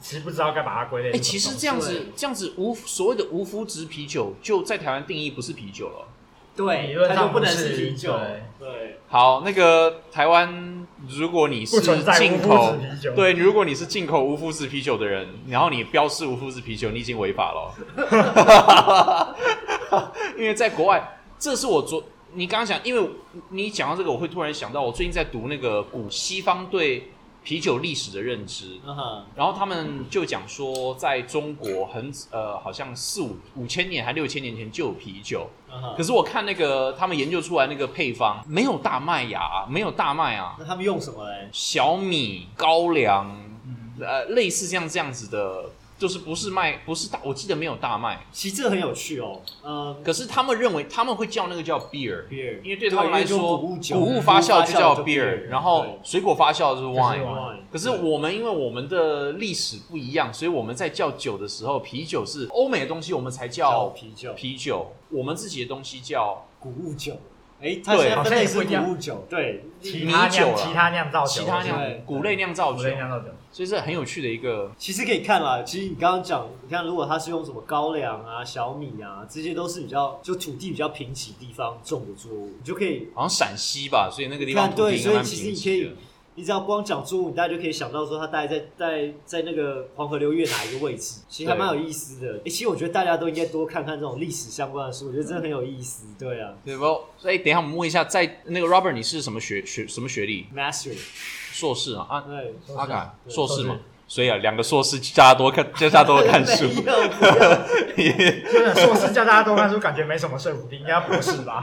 [SPEAKER 3] 其实不知道该把它归类
[SPEAKER 1] 哎、
[SPEAKER 3] 成什么。
[SPEAKER 1] 其实这样
[SPEAKER 2] 对
[SPEAKER 1] 子，这样子无所谓的无麸质啤酒，就在台湾定义不是啤酒了。
[SPEAKER 3] 理
[SPEAKER 2] 对，
[SPEAKER 3] 论
[SPEAKER 2] 它
[SPEAKER 3] 上
[SPEAKER 2] 就不能
[SPEAKER 3] 不是
[SPEAKER 2] 啤酒
[SPEAKER 3] 对，
[SPEAKER 2] 对，
[SPEAKER 1] 好，那个台湾，如果你是
[SPEAKER 3] 不存在
[SPEAKER 1] 进
[SPEAKER 3] 无麸
[SPEAKER 1] 口
[SPEAKER 3] 质啤酒，
[SPEAKER 1] 对，如果你是进口无麸质啤酒的人，然后你标示无麸质啤酒，你已经违法了哦。 [LAUGHS] 因为在国外，这是我昨你刚刚讲，因为你讲到这个，我会突然想到，我最近在读那个古西方对啤酒历史的认知，
[SPEAKER 2] 嗯哼，
[SPEAKER 1] 然后他们就讲说，在中国很呃，好像四五五千年还六千年前就有啤酒，
[SPEAKER 2] 嗯哼
[SPEAKER 1] 可。是我看那个他们研究出来那个配方，没有大麦芽、没有大麦啊，
[SPEAKER 2] 那他们用什么嘞？
[SPEAKER 1] 小米、高粱，
[SPEAKER 3] 嗯
[SPEAKER 1] 呃，类似这样这样子的，就是不是麦，不是大，我记得没有大麦。
[SPEAKER 2] 其实这很有趣哦，呃
[SPEAKER 1] 可是他们认为他们会叫那个叫 beer，
[SPEAKER 2] ，beer，
[SPEAKER 1] 因为对他们来
[SPEAKER 2] 对因
[SPEAKER 1] 说，
[SPEAKER 2] 为用谷
[SPEAKER 1] 谷
[SPEAKER 2] 物酒
[SPEAKER 1] 物发酵就叫
[SPEAKER 2] 谷物发酵就
[SPEAKER 1] beer，
[SPEAKER 2] beer，
[SPEAKER 1] 然后水果发酵就是 wine。
[SPEAKER 2] wine
[SPEAKER 1] 可是我们因为我们的历史不一样，所以我们在叫酒的时候，啤酒是欧美的东西，我们才
[SPEAKER 2] 叫
[SPEAKER 1] 叫
[SPEAKER 2] 啤酒，
[SPEAKER 1] 啤酒；我们自己的东西叫
[SPEAKER 2] 谷物酒。哎，它
[SPEAKER 1] 对
[SPEAKER 2] 现在分类是
[SPEAKER 3] 好像也不一样
[SPEAKER 2] 谷物酒，对，
[SPEAKER 3] 其他
[SPEAKER 1] 米酒
[SPEAKER 3] 酿
[SPEAKER 1] 啦
[SPEAKER 3] 其他酿造酒，
[SPEAKER 1] 其他
[SPEAKER 2] 酒
[SPEAKER 1] 酿
[SPEAKER 2] 对
[SPEAKER 1] 谷类酿造
[SPEAKER 3] 我
[SPEAKER 1] 酒
[SPEAKER 3] 觉，得酿造酒，
[SPEAKER 1] 所以是很有趣的一个。
[SPEAKER 2] 其实可以看啦，其实你刚刚讲，你看如果它是用什么高粱啊、小米啊，这些都是比较就土地比较贫瘠地方种的作物，你就可以，
[SPEAKER 1] 好像陕西吧，所以那个地
[SPEAKER 2] 你
[SPEAKER 1] 方
[SPEAKER 2] 看
[SPEAKER 1] 土地
[SPEAKER 2] 对
[SPEAKER 1] 应该蛮
[SPEAKER 2] 所以其实
[SPEAKER 1] 贫
[SPEAKER 2] 你可以
[SPEAKER 1] 瘠的。
[SPEAKER 2] 你只要光讲作物，你大家就可以想到说它大概在在在那个黄河流域哪一个位置，其实还
[SPEAKER 1] 对
[SPEAKER 2] 蛮有意思的。哎，其实我觉得大家都应该多看看这种历史相关的书，我觉得真的很有意思。对啊
[SPEAKER 1] 对不？所以等一下我们问一下，在那个 Robert 你是什么学学什么学历？
[SPEAKER 2] ，master，
[SPEAKER 1] 硕士啊？啊，
[SPEAKER 2] 对，
[SPEAKER 1] 阿凯
[SPEAKER 2] 对。
[SPEAKER 1] 硕士
[SPEAKER 3] 硕
[SPEAKER 1] 嘛
[SPEAKER 3] 士。
[SPEAKER 1] 所以啊，两个硕士，大家多看，大家多看书
[SPEAKER 2] 没有不要
[SPEAKER 3] 真的硕士叫大家多看书，感觉没什么说服力，应该要博士
[SPEAKER 2] [LAUGHS]
[SPEAKER 3] 吧？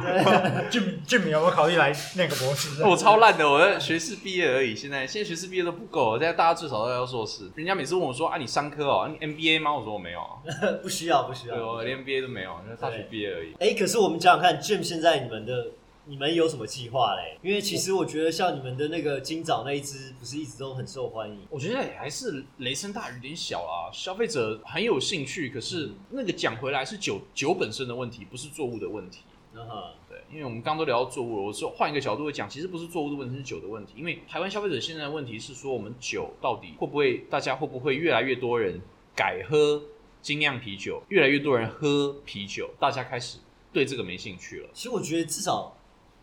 [SPEAKER 3] 俊敏俊敏有没有考虑来念个博
[SPEAKER 1] [LAUGHS]
[SPEAKER 3] 士？
[SPEAKER 1] 我超烂的，我的学士毕业而已。现在现在学士毕业都不够，现在大家最少都要硕士。人家每次问我说：“啊，你商科哦，啊你 MBA 吗？”我说我没有啊，
[SPEAKER 2] 不需要，不需
[SPEAKER 1] 对，
[SPEAKER 2] 要。
[SPEAKER 1] 我连 MBA 都没有，就是大学毕业而已。
[SPEAKER 2] 哎、可是我们想想看，Jim 现在你们的你们有什么计划嘞？因为其实我觉得像你们的那个金枣那一只，不是一直都很受欢迎。
[SPEAKER 1] 我觉得也还是雷声大雨点小啦，消费者很有兴趣，可是那个讲回来是酒酒本身的问题，不是作物的问题。
[SPEAKER 2] 嗯哼，
[SPEAKER 1] 对，因为我们刚刚都聊到作物了，我说换一个角度来讲，其实不是作物的问题，是酒的问题。因为台湾消费者现在的问题是说，我们酒到底会不会，大家会不会越来越多人改喝精酿啤酒，越来越多人喝啤酒，大家开始对这个没兴趣了。
[SPEAKER 2] 其实我觉得至少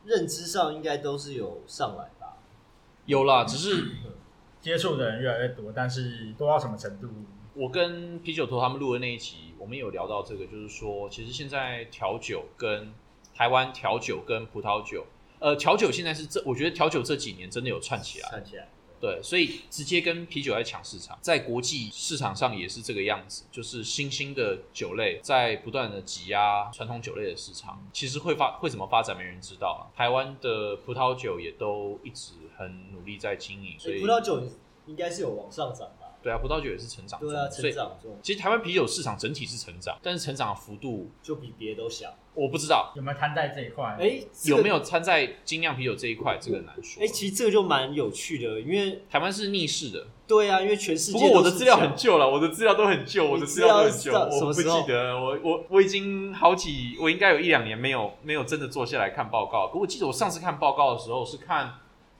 [SPEAKER 2] 认知上应该都是有上来吧。
[SPEAKER 1] 有啦，只是
[SPEAKER 3] 接触的人越来越多，但是多到什么程度？
[SPEAKER 1] 我跟啤酒头他们录的那一集，我们有聊到这个，就是说，其实现在调酒跟台湾调酒跟葡萄酒，呃，调酒现在是这，我觉得调酒这几年真的有串起来。
[SPEAKER 2] 看起来，
[SPEAKER 1] 对，所以直接跟啤酒在抢市场，在国际市场上也是这个样子，就是新兴的酒类在不断的挤压传统酒类的市场，其实会发会怎么发展没人知道啊。台湾的葡萄酒也都一直很努力在经营，所
[SPEAKER 2] 所
[SPEAKER 1] 以
[SPEAKER 2] 以葡萄酒应该是有往上涨吧？
[SPEAKER 1] 对啊，葡萄酒也是成长中，
[SPEAKER 2] 对啊，
[SPEAKER 1] 所
[SPEAKER 2] 成
[SPEAKER 1] 以
[SPEAKER 2] 长中
[SPEAKER 1] 其实台湾啤酒市场整体是成长，但是成长的幅度
[SPEAKER 2] 就比别的都小。
[SPEAKER 1] 我不知道
[SPEAKER 3] 有没有摊在这一块？
[SPEAKER 2] 哎、这个
[SPEAKER 1] 有没？有掺在精酿啤酒这一块，这个难说。
[SPEAKER 2] 哎、其实这个就蛮有趣的，因为
[SPEAKER 1] 台湾是逆势的，
[SPEAKER 2] 对啊，因为全世
[SPEAKER 1] 不
[SPEAKER 2] 界
[SPEAKER 1] 过我的
[SPEAKER 2] 都是
[SPEAKER 1] 资料
[SPEAKER 2] 这样
[SPEAKER 1] 很旧了，我的资料都很旧，我的资料都很旧，
[SPEAKER 2] 你资料
[SPEAKER 1] 我
[SPEAKER 2] 是到
[SPEAKER 1] 不
[SPEAKER 2] 什么时候
[SPEAKER 1] 记得了，我我我已经好几，我应该有一两年没有没有真的坐下来看报告。可我记得我上次看报告的时候是看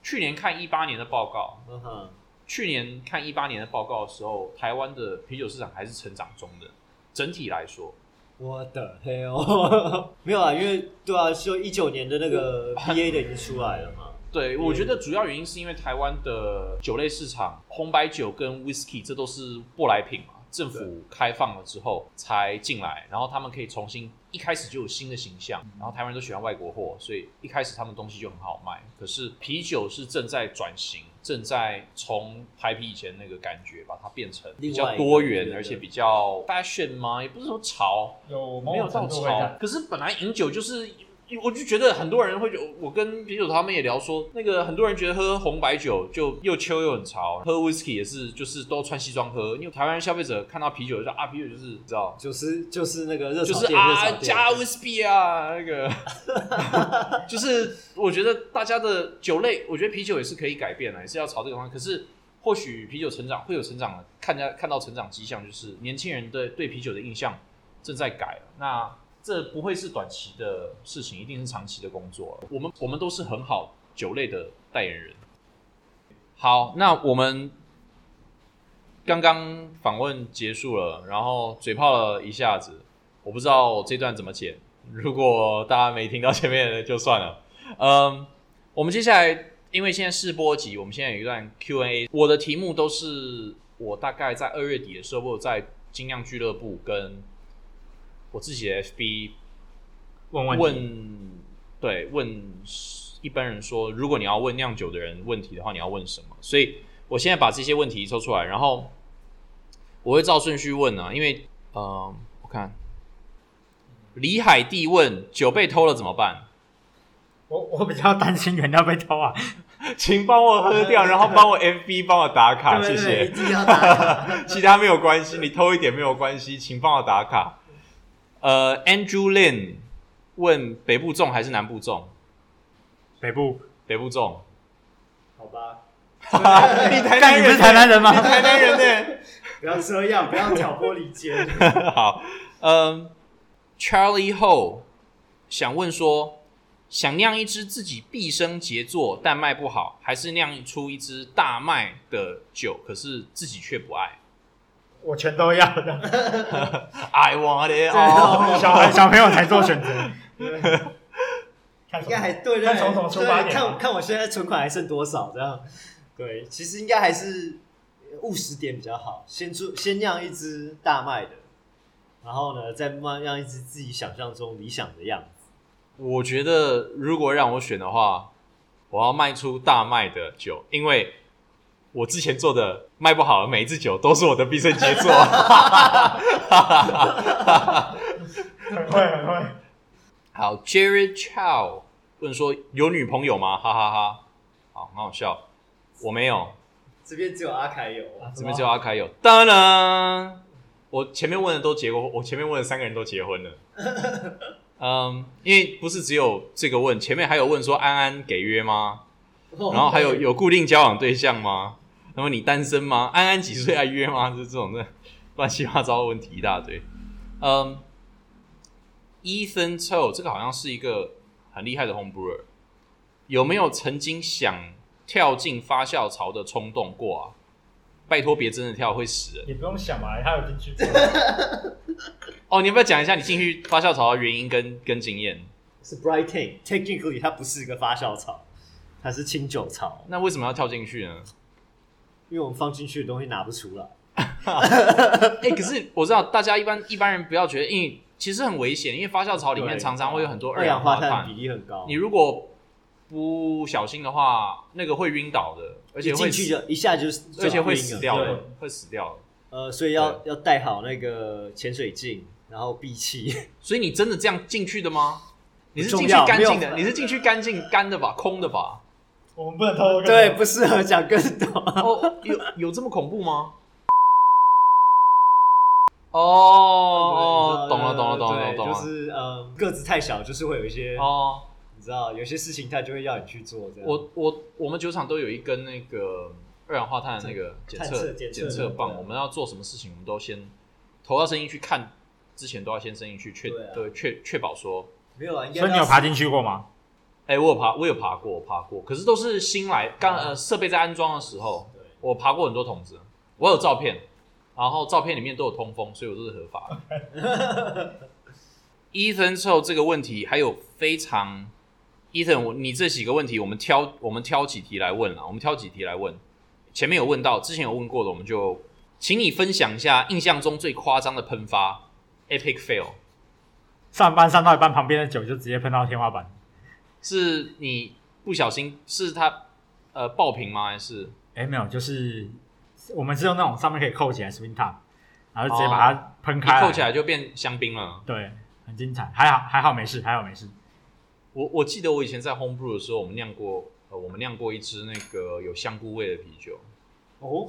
[SPEAKER 1] 去年看一八年的报告，
[SPEAKER 2] 嗯哼，
[SPEAKER 1] 去年看一八年的报告的时候，台湾的啤酒市场还是成长中的，整体来说
[SPEAKER 2] 我的 hell，没 [LAUGHS] 有啊，因为对啊，就一九年的那个 BA 的已经出来了嘛。
[SPEAKER 1] 对，我觉得主要原因是因为台湾的酒类市场，红白酒跟 whisky 这都是舶来品嘛，政府开放了之后才进来，然后他们可以重新一开始就有新的形象，然后台湾人都喜欢外国货，所以一开始他们东西就很好卖。可是啤酒是正在转型，正在从台啤以前那个感觉，把它变成比
[SPEAKER 2] 另
[SPEAKER 1] 较
[SPEAKER 2] 外一个
[SPEAKER 1] 多
[SPEAKER 2] 对
[SPEAKER 1] 元，
[SPEAKER 2] 对
[SPEAKER 1] 而且比较 fashion 吗？也不是说潮，
[SPEAKER 3] 有某
[SPEAKER 1] 没有
[SPEAKER 3] 种
[SPEAKER 1] 到
[SPEAKER 3] 程度会这
[SPEAKER 1] 潮
[SPEAKER 3] 样，。
[SPEAKER 1] 可是本来饮酒就是，我就觉得很多人会觉得，哦我跟啤酒他们也聊说，那个很多人觉得喝红白酒就又秋又很潮，喝 whisky 也是，就是都穿西装喝，因为台湾消费者看到啤酒就说啊，啤酒就是你知道。
[SPEAKER 2] 就是就是那个热
[SPEAKER 1] 就
[SPEAKER 2] 炒
[SPEAKER 1] 是
[SPEAKER 2] 店，热
[SPEAKER 1] 啊
[SPEAKER 2] 炒，店 [LAUGHS]
[SPEAKER 1] 加 whisky 啊，那个， [LAUGHS] 就是我觉得大家的酒类，我觉得啤酒也是可以改变的，也是要朝这个方向。可是或许啤酒成长会有成长的，看家看到成长迹象，就是年轻人对对啤酒的印象正在改了。那这不会是短期的事情，一定是长期的工作。啊我们我们都是很好酒类的代言人。好，那我们刚刚访问结束了，然后嘴炮了一下子，我不知道我这段怎么剪。如果大家没听到前面的就算了。嗯，我们接下来因为现在试播集，我们现在有一段 Q&A，我的题目都是我大概在二月底的时候，我有在精酿俱乐部跟我自己的 FB
[SPEAKER 3] 问问题
[SPEAKER 1] 问，对，问一般人说，如果你要问酿酒的人问题的话，你要问什么？所以我现在把这些问题抽出来，然后我会照顺序问啊，因为呃，我看李海帝问酒被偷了怎么办？ [LAUGHS]
[SPEAKER 3] 我我比较担心原料被偷啊，
[SPEAKER 1] 请帮我喝掉，然后帮我 FB 帮我打卡，啊谢
[SPEAKER 2] 一
[SPEAKER 1] 谢。
[SPEAKER 2] 定要打
[SPEAKER 1] [LAUGHS]
[SPEAKER 2] 卡。
[SPEAKER 1] 其他没有关系，你偷一点没有关系，请帮我打卡。呃，Andrew Lin 问北部种还是南部种？
[SPEAKER 3] 北部。
[SPEAKER 1] 北部种。
[SPEAKER 2] 好吧，
[SPEAKER 1] 你台
[SPEAKER 3] 干，你不是台南人吗？
[SPEAKER 1] 台南人
[SPEAKER 2] 不要这样，不要挑拨离间。
[SPEAKER 1] 呢？ [LAUGHS] 好，嗯，Charlie Ho 想问说，想酿一支自己毕生杰作但卖不好，还是酿出一支大卖的酒，可是自己却不爱
[SPEAKER 3] 我全都要
[SPEAKER 2] [LAUGHS]
[SPEAKER 3] 的，
[SPEAKER 1] ？I want it all。
[SPEAKER 2] 哦
[SPEAKER 3] [LAUGHS] 小孩小朋友才做
[SPEAKER 2] [LAUGHS]
[SPEAKER 3] 选择。看什
[SPEAKER 2] 应该
[SPEAKER 3] 么
[SPEAKER 2] 还对对
[SPEAKER 3] 看从什么出
[SPEAKER 2] 对，
[SPEAKER 3] 发点
[SPEAKER 2] 看
[SPEAKER 3] 啊
[SPEAKER 2] 看我现在存款还剩多少这样。对，其实应该还是呃务实点比较好，先做先酿一支大卖的，然后呢，再慢慢酿一支自己想象中理想的样子。
[SPEAKER 1] 我觉得如果让我选的话，我要卖出大卖的酒，因为我之前做的卖不好的每一支酒都是我的毕生杰作。
[SPEAKER 3] 很会很 [LAUGHS] 会。
[SPEAKER 1] 好，Jerry Chow 问说有女朋友吗？哈哈哈好，很好笑。我没有，
[SPEAKER 2] 这边只有阿凯有，
[SPEAKER 3] 啊
[SPEAKER 1] 这边只有阿凯有。当然，我前面问的都结过，我前面问的三个人都结婚了。嗯，因为不是只有这个问，前面还有问说安安给约吗？
[SPEAKER 2] 哦
[SPEAKER 1] 然后还有有固定交往对象吗？那么你单身吗？安安几岁还约吗？就是这种的乱七八糟的问题一大堆。嗯，Ethan Cho 这个好像是一个很厉害的 home brewer，有没有曾经想跳进发酵槽的冲动过啊？拜托别真的跳会死人
[SPEAKER 3] 也不用想吧，他有进去过。
[SPEAKER 1] 哦！你要不要讲一下你进去发酵槽的原因跟跟经验？
[SPEAKER 2] 是 Brighton。Technically，它不是一个发酵槽，它是清酒槽，
[SPEAKER 1] 那为什么要跳进去呢？
[SPEAKER 2] 因为我们放进去的东西拿不出来。
[SPEAKER 1] [LAUGHS] 哎、可是我知道大家一般一般人不要觉得，因为其实很危险，因为发酵槽里面
[SPEAKER 2] 对
[SPEAKER 1] 常常会有很多
[SPEAKER 2] 二
[SPEAKER 1] 二
[SPEAKER 2] 氧
[SPEAKER 1] 氧
[SPEAKER 2] 化
[SPEAKER 1] 化
[SPEAKER 2] 碳
[SPEAKER 1] 碳
[SPEAKER 2] 比，例很高，
[SPEAKER 1] 你如果不小心的话，那个会晕倒的，而且
[SPEAKER 2] 一
[SPEAKER 1] 会
[SPEAKER 2] 进去
[SPEAKER 1] 死，
[SPEAKER 2] 就一下就死
[SPEAKER 1] 而且会死掉
[SPEAKER 3] 对
[SPEAKER 1] 的，会死掉的。
[SPEAKER 2] 呃，所以要要带好那个潜水镜，然后闭气。
[SPEAKER 1] 所以你真的这样进去的吗？你是
[SPEAKER 2] 重
[SPEAKER 1] 进去
[SPEAKER 2] 要
[SPEAKER 1] 干净
[SPEAKER 2] 没
[SPEAKER 1] 的，
[SPEAKER 2] 有
[SPEAKER 1] 你是进去干净干的吧，空的
[SPEAKER 2] [LAUGHS]
[SPEAKER 1] 吧？
[SPEAKER 3] 我们不能偷偷跟
[SPEAKER 2] [LAUGHS] 对，不适合讲更 [LAUGHS] 多。
[SPEAKER 1] 哦，有有这么恐怖
[SPEAKER 2] [LAUGHS]
[SPEAKER 1] 吗？哦，
[SPEAKER 2] 对
[SPEAKER 1] 懂了，懂了，懂了，
[SPEAKER 2] 对
[SPEAKER 1] 懂了，
[SPEAKER 2] 就是呃，个子太小，就是会有一些，
[SPEAKER 1] 哦。
[SPEAKER 2] 你知道，有些事情他就会要你去做。这样，
[SPEAKER 1] 我我我们酒厂都有一根那个二氧化碳的那个检
[SPEAKER 2] 探测
[SPEAKER 1] 测
[SPEAKER 2] 检测
[SPEAKER 1] 检测棒，
[SPEAKER 2] 对啊
[SPEAKER 1] 我们要做什么事情，我们都先投到声音去看，之前都要先声音去确
[SPEAKER 2] 对啊
[SPEAKER 1] 对确确保说，
[SPEAKER 2] 没有啊，应该
[SPEAKER 3] 所以你有
[SPEAKER 2] 到
[SPEAKER 3] 爬进去过吗？
[SPEAKER 1] 哎、我有爬，我有爬过，我爬过，可是都是新来刚呃设备在安装的时候，
[SPEAKER 2] 对
[SPEAKER 1] 我爬过很多桶子，我有照片，然后照片里面都有通风，所以我都是合法的。Ethan 受这个问题还有非常，Ethan，我你这几个问题我们挑我们挑几题来问啦，我们挑几题来问。前面有问到，之前有问过的，我们就请你分享一下印象中最夸张的喷发，epic fail，
[SPEAKER 3] 上班上到一半，旁边的酒就直接喷到天花板。
[SPEAKER 1] 是你不小心是他呃爆屏吗？还是
[SPEAKER 3] 哎，没有，就是我们是用那种上面可以扣起来 swing top，然后直接把它喷
[SPEAKER 1] 哦一
[SPEAKER 3] 开。
[SPEAKER 1] 扣起来就变香槟了？
[SPEAKER 3] 对，很精彩，还好还好没事，还好没事。
[SPEAKER 1] 我我记得我以前在 homebrew 的时候，我们酿过呃，我们酿过一支那个有香菇味的啤酒，
[SPEAKER 2] 哦，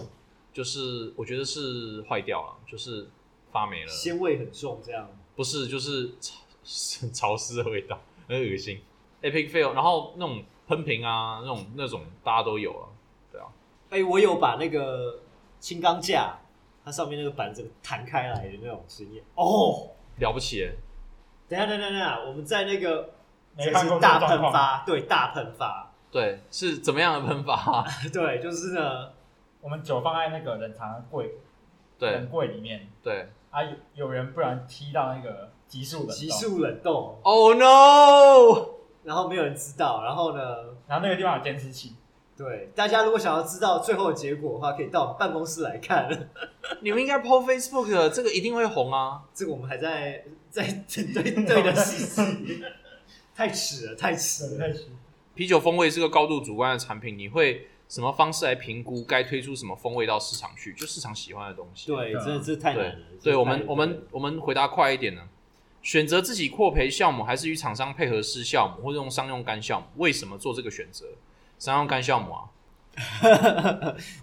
[SPEAKER 1] 就是我觉得是坏掉了，就是发霉了，
[SPEAKER 2] 鲜味很重，这样
[SPEAKER 1] 不是就是潮是潮湿的味道，很恶心。Epic fail，然后那种喷瓶啊，那种那种大家都有啊，对啊，
[SPEAKER 2] 哎、我有把那个轻钢架，它上面那个板整个弹开来的那种经验。哦，
[SPEAKER 1] 了不起耶，
[SPEAKER 2] 等一下等一下等一下，我们在那个
[SPEAKER 3] 没看过
[SPEAKER 2] 是
[SPEAKER 3] 这
[SPEAKER 2] 大
[SPEAKER 3] 个
[SPEAKER 2] 喷
[SPEAKER 3] 状况。
[SPEAKER 2] 发，对大喷发， [LAUGHS]
[SPEAKER 1] 对，是怎么样的喷法、 [LAUGHS]
[SPEAKER 2] 对，就是呢，
[SPEAKER 3] 我们酒放在那个冷藏柜
[SPEAKER 1] 对
[SPEAKER 3] 冷柜里面
[SPEAKER 1] 对
[SPEAKER 3] 啊，有有人不然踢到那个急速冷冻
[SPEAKER 2] 急，速冷冻，
[SPEAKER 1] ，Oh no！
[SPEAKER 2] 然后没有人知道，然后呢，
[SPEAKER 3] 然后那个地方有监视器，
[SPEAKER 2] 对，大家如果想要知道最后的结果的话，可以到我们办公室来看。 [LAUGHS]
[SPEAKER 1] 你们应该 PO Facebook 的，这个一定会红啊！
[SPEAKER 2] 这个我们还在在对对的事情，太迟了，太迟了。
[SPEAKER 1] 啤酒风味是个高度主观的产品，你会什么方式来评估该推出什么风味到市场去？就市场喜欢的东西。
[SPEAKER 2] 对，
[SPEAKER 3] 对啊
[SPEAKER 2] 真的是太难
[SPEAKER 1] 对
[SPEAKER 2] 了。真的太
[SPEAKER 1] 对，我
[SPEAKER 2] 难
[SPEAKER 1] 们
[SPEAKER 2] 了
[SPEAKER 1] 我们我们回答快一点呢。选择自己扩培酵母，还是与厂商配合试酵母，或者用商用干酵母？为什么做这个选择？商用干酵母啊，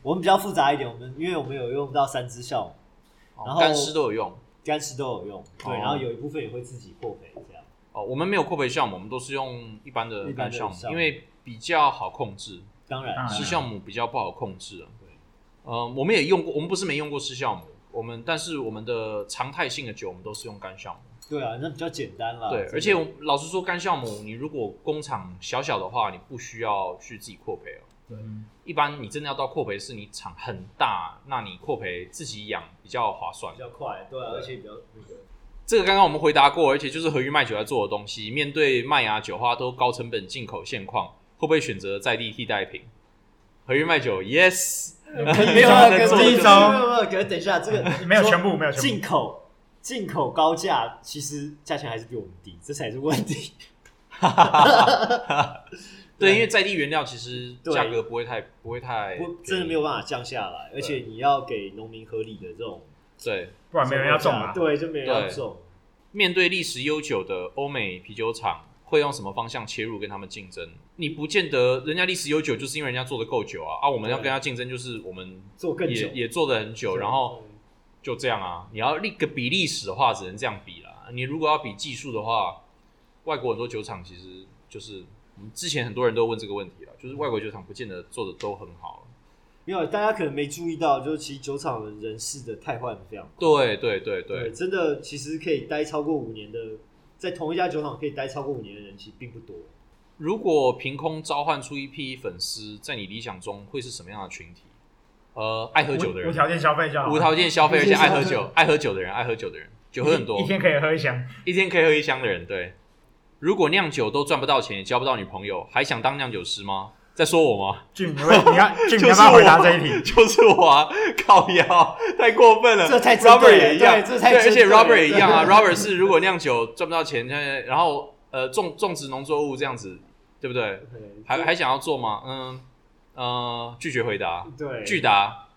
[SPEAKER 2] 我们比较复杂一点，我们因为我们有用到三支酵母，然
[SPEAKER 1] 哦
[SPEAKER 2] 后
[SPEAKER 1] 干湿都有用
[SPEAKER 2] 干湿都有用，对，
[SPEAKER 1] 哦
[SPEAKER 2] 然后有一部分也会自己扩培这样。
[SPEAKER 1] 哦。我们没有扩培酵母，我们都是用一般的
[SPEAKER 2] 一般
[SPEAKER 1] 干
[SPEAKER 2] 的
[SPEAKER 1] 酵
[SPEAKER 2] 酵
[SPEAKER 1] 母，
[SPEAKER 2] 母
[SPEAKER 1] 因为比较好控制。
[SPEAKER 2] 当然
[SPEAKER 3] 当，然
[SPEAKER 1] 吃酵母比较不好控制啊
[SPEAKER 2] 对。
[SPEAKER 1] 呃，我们也用过，我们不是没用过吃酵母，我们但是我们的常态性的酒，我们都是用干酵母。
[SPEAKER 2] 对啊，那比较简单啦。
[SPEAKER 1] 对
[SPEAKER 2] 真，的
[SPEAKER 1] 而且我老实说，干酵母你如果工厂小小的话，你不需要去自己扩培哦。
[SPEAKER 3] 嗯
[SPEAKER 1] 一般你真的要到扩培，是你厂很大，那你扩培自己养比较划算
[SPEAKER 2] 比。较快，对啊，而且比较那个。
[SPEAKER 1] 这个刚刚我们回答过，而且就是和于麦酒在做的东西，面对麦芽酒花都高成本进口现况，会不会选择在地替代品？和于麦酒，yes，
[SPEAKER 3] 没
[SPEAKER 2] 有
[SPEAKER 3] 有
[SPEAKER 2] 没有可
[SPEAKER 3] 跟自
[SPEAKER 2] 是
[SPEAKER 3] 己
[SPEAKER 2] 没有没
[SPEAKER 3] 招，
[SPEAKER 2] 有没有，可是等一下，这个
[SPEAKER 3] 没有
[SPEAKER 2] 说
[SPEAKER 3] 全部，没有全
[SPEAKER 2] 进
[SPEAKER 3] 部，
[SPEAKER 2] 口进口高价，其实价钱还是比我们低，这才是问题。
[SPEAKER 1] 对，因为在地原料其实
[SPEAKER 2] 对
[SPEAKER 1] 价格不会太不会太
[SPEAKER 2] 我真的没有办法降下来，而且你要给农民合理的这种，
[SPEAKER 1] 对。
[SPEAKER 3] 不然没人要种啊。
[SPEAKER 2] 对，就没人要种。
[SPEAKER 1] 面对历史悠久的欧美啤酒厂，会用什么方向切入跟他们竞争？你不见得人家历史悠久，就是因为人家做的够久啊啊！我们要跟他竞争，就是我们
[SPEAKER 2] 做更久
[SPEAKER 1] 也也做的很久，然后就这样啊。你要立个比历史的话，只能这样比啦。你如果要比技术的话，外国很多酒厂其实就是，嗯之前很多人都问这个问题了，就是外国酒厂不见得做的都很好。
[SPEAKER 2] 没有，大家可能没注意到，就是其实酒厂的人事的汰换非常快。
[SPEAKER 1] 对对对对，
[SPEAKER 2] 真的其实可以待超过五年的，在同一家酒厂可以待超过五年的人其实并不多。
[SPEAKER 1] 如果凭空召唤出一批粉丝，在你理想中会是什么样的群体？呃，爱喝酒的
[SPEAKER 3] 无
[SPEAKER 1] 人
[SPEAKER 3] 无，条件消费就好了，
[SPEAKER 1] 无条件消费，而且爱喝
[SPEAKER 2] 无条件
[SPEAKER 1] 酒，爱喝酒的人，爱喝酒的人，酒喝很多
[SPEAKER 3] 一，天可以喝一箱，
[SPEAKER 1] 一天可以喝一箱的人，对。如果酿酒都赚不到钱，也交不到女朋友，还想当酿酒师吗？在说我吗？
[SPEAKER 3] 俊，你
[SPEAKER 1] [LAUGHS]
[SPEAKER 3] 会你要俊，你
[SPEAKER 1] 就
[SPEAKER 3] 要
[SPEAKER 1] 是
[SPEAKER 3] 不要
[SPEAKER 1] 我
[SPEAKER 3] 回答这一题？
[SPEAKER 1] [LAUGHS] 就是我啊！靠腰，太过分了。
[SPEAKER 2] 这太针
[SPEAKER 1] Robert
[SPEAKER 2] 对了
[SPEAKER 1] 也一样，
[SPEAKER 2] 对这太
[SPEAKER 1] 而且
[SPEAKER 2] 针对了
[SPEAKER 1] Robert 也一样
[SPEAKER 2] [LAUGHS]
[SPEAKER 1] 啊。Robert 是如果酿酒赚不到钱，然后呃种种植农作物这样子，对不对？还还想要做吗？嗯，呃，拒绝回答。
[SPEAKER 2] 对，
[SPEAKER 1] 拒答。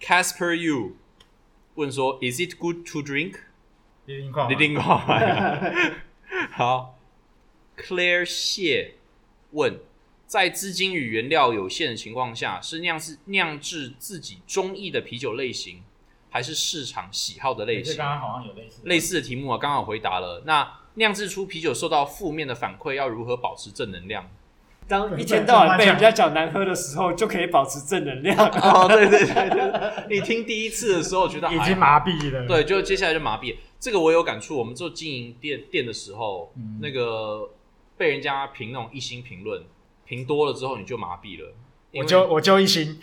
[SPEAKER 1] Casper U 问说：“Is it good to drink？”
[SPEAKER 3] 李林矿，
[SPEAKER 1] 你听过
[SPEAKER 3] [LAUGHS]
[SPEAKER 1] 吗？好。Claire 谢问：在资金与原料有限的情况下，是酿制酿制自己中意的啤酒类型，还是市场喜好的类
[SPEAKER 3] 这
[SPEAKER 1] 型？
[SPEAKER 3] 刚刚好像有类似的
[SPEAKER 1] 类似的题目啊，刚好回答了。那酿制出啤酒受到负面的反馈，要如何保持正能量？
[SPEAKER 2] 当一天到晚被人家讲难喝的时候，就可以保持正能量。
[SPEAKER 1] 哦，对对对对， [LAUGHS] 你听第一次的时候觉得
[SPEAKER 3] 已
[SPEAKER 1] 还
[SPEAKER 3] 经
[SPEAKER 1] 好
[SPEAKER 3] 麻痹了。
[SPEAKER 1] 对，就接下来就麻痹。这个我有感触，我们做经营店店的时候，
[SPEAKER 3] 嗯
[SPEAKER 1] 那个被人家评那种一星评论，评多了之后你就麻痹了。因
[SPEAKER 3] 我
[SPEAKER 1] 为
[SPEAKER 3] 就我就一心，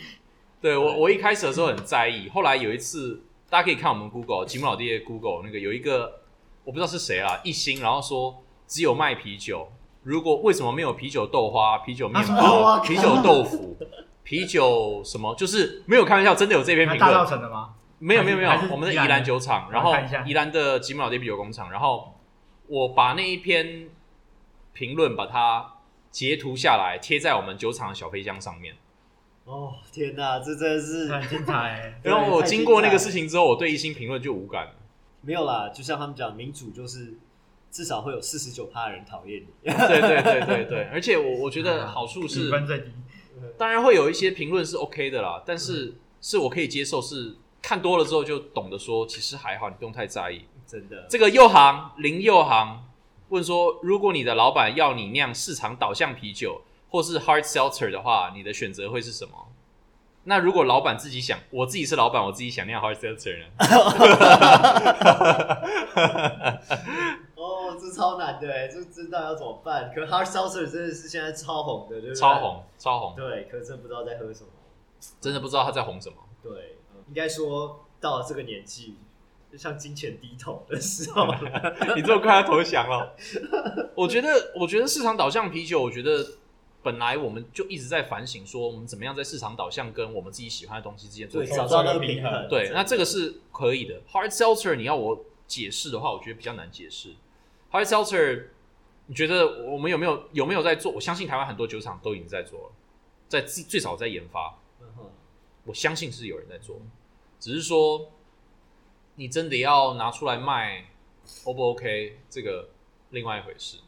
[SPEAKER 1] 对我我一开始的时候很在意，后来有一次大家可以看我们 Google 吉姆老爹 Google 那个有一个我不知道是谁啊啦，一星，然后说只有卖啤酒，如果为什么没有啤酒豆花、啤
[SPEAKER 3] 啊
[SPEAKER 1] 酒面包、啤酒豆腐、啤酒什么，就是没有开玩笑，真的有这篇
[SPEAKER 3] 那
[SPEAKER 1] 评
[SPEAKER 3] 啊大
[SPEAKER 1] 论
[SPEAKER 3] 稻。城的吗？
[SPEAKER 1] 没有没有没有
[SPEAKER 3] 还是，
[SPEAKER 1] 我们的
[SPEAKER 3] 宜
[SPEAKER 1] 宜
[SPEAKER 3] 兰
[SPEAKER 1] 兰
[SPEAKER 3] 的
[SPEAKER 1] 酒厂，然
[SPEAKER 3] 我
[SPEAKER 1] 后
[SPEAKER 3] 看一下
[SPEAKER 1] 宜兰的吉姆老爹啤酒工厂，然后我把那一篇评论把它截图下来，贴在我们酒厂的小飞箱上面。
[SPEAKER 2] 哦，天哪，这真的是，
[SPEAKER 1] 哎
[SPEAKER 3] 很精彩
[SPEAKER 1] [LAUGHS] 然后我经过那个
[SPEAKER 2] 事。
[SPEAKER 1] 事情之后，我对一星评论就无感 [LAUGHS] 了。
[SPEAKER 2] 没有啦，就像他们讲，民主就是至少会有四十九趴人讨厌你。 [LAUGHS]
[SPEAKER 1] 对对对对对，而且我我觉
[SPEAKER 3] [LAUGHS]
[SPEAKER 1] 得好处
[SPEAKER 3] 评
[SPEAKER 1] 是，
[SPEAKER 3] 分最低，
[SPEAKER 1] 当然会有一些评论是 OK 的啦，但
[SPEAKER 3] 嗯
[SPEAKER 1] 是是我可以接受，是看多了之后就懂得说，其实还好，你不用太在意。
[SPEAKER 2] 真的，
[SPEAKER 1] 这个右行林右行问说，如果你的老板要你酿市场导向啤酒或是 hard seltzer 的话，你的选择会是什么？那如果老板自己想，我自己是老板，我自己想酿 hard seltzer 呢？
[SPEAKER 2] 哦，这超办对，这知道要怎么办。可 hard seltzer 真的是现在超红的，对不对？
[SPEAKER 1] 超。 [LAUGHS] 红超红，
[SPEAKER 2] 对，可是真的不知道在喝什么。
[SPEAKER 1] 真的不知道他在红什么。
[SPEAKER 2] 对，嗯应该说到了这个年纪，就像金钱低头的时
[SPEAKER 1] [LAUGHS]
[SPEAKER 2] 候了。
[SPEAKER 1] [LAUGHS] 你这么快要投降了？ [LAUGHS] 我觉得，我觉得市场导向啤酒，我觉得本来我们就一直在反省，说我们怎么样在市场导向跟我们自己喜欢的东西之间做
[SPEAKER 2] 对，
[SPEAKER 1] 比
[SPEAKER 2] 找
[SPEAKER 1] 较。
[SPEAKER 2] 到那个平衡。
[SPEAKER 1] 对，那这个是可以的。Hard seltzer，你要我解释的话，我觉得比较难解释。Hard seltzer，你觉得我们有没有有没有在做？我相信台湾很多酒厂都已经在做了，在最最少在研发，
[SPEAKER 2] 嗯哼
[SPEAKER 1] 我相信是有人在做，只是说你真的要拿出来卖，O 不 OK 这个另外一回事。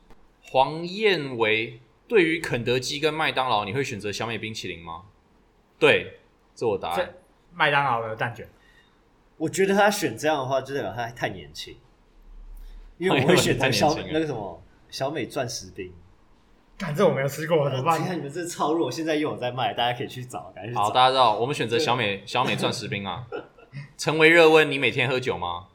[SPEAKER 1] 黄燕维，对于肯德基跟麦当劳，你会选择小美冰淇淋吗？对，这我答案。
[SPEAKER 3] 麦当劳的蛋卷，
[SPEAKER 2] 我觉得他选这样的话，就代表他还太年轻，因为我会选择小
[SPEAKER 1] 哦太年轻了
[SPEAKER 2] 那个什么小美钻石冰。
[SPEAKER 3] 感哦这我没有吃过，怎么
[SPEAKER 2] 呃你看
[SPEAKER 3] 办？
[SPEAKER 2] 你们这超弱，现在又有在卖，大家可以去找， [LAUGHS] 赶紧去
[SPEAKER 1] 好，
[SPEAKER 2] 找。
[SPEAKER 1] 大家知道，我们选择小美小美钻石冰啊。成为热温，你每天喝酒吗？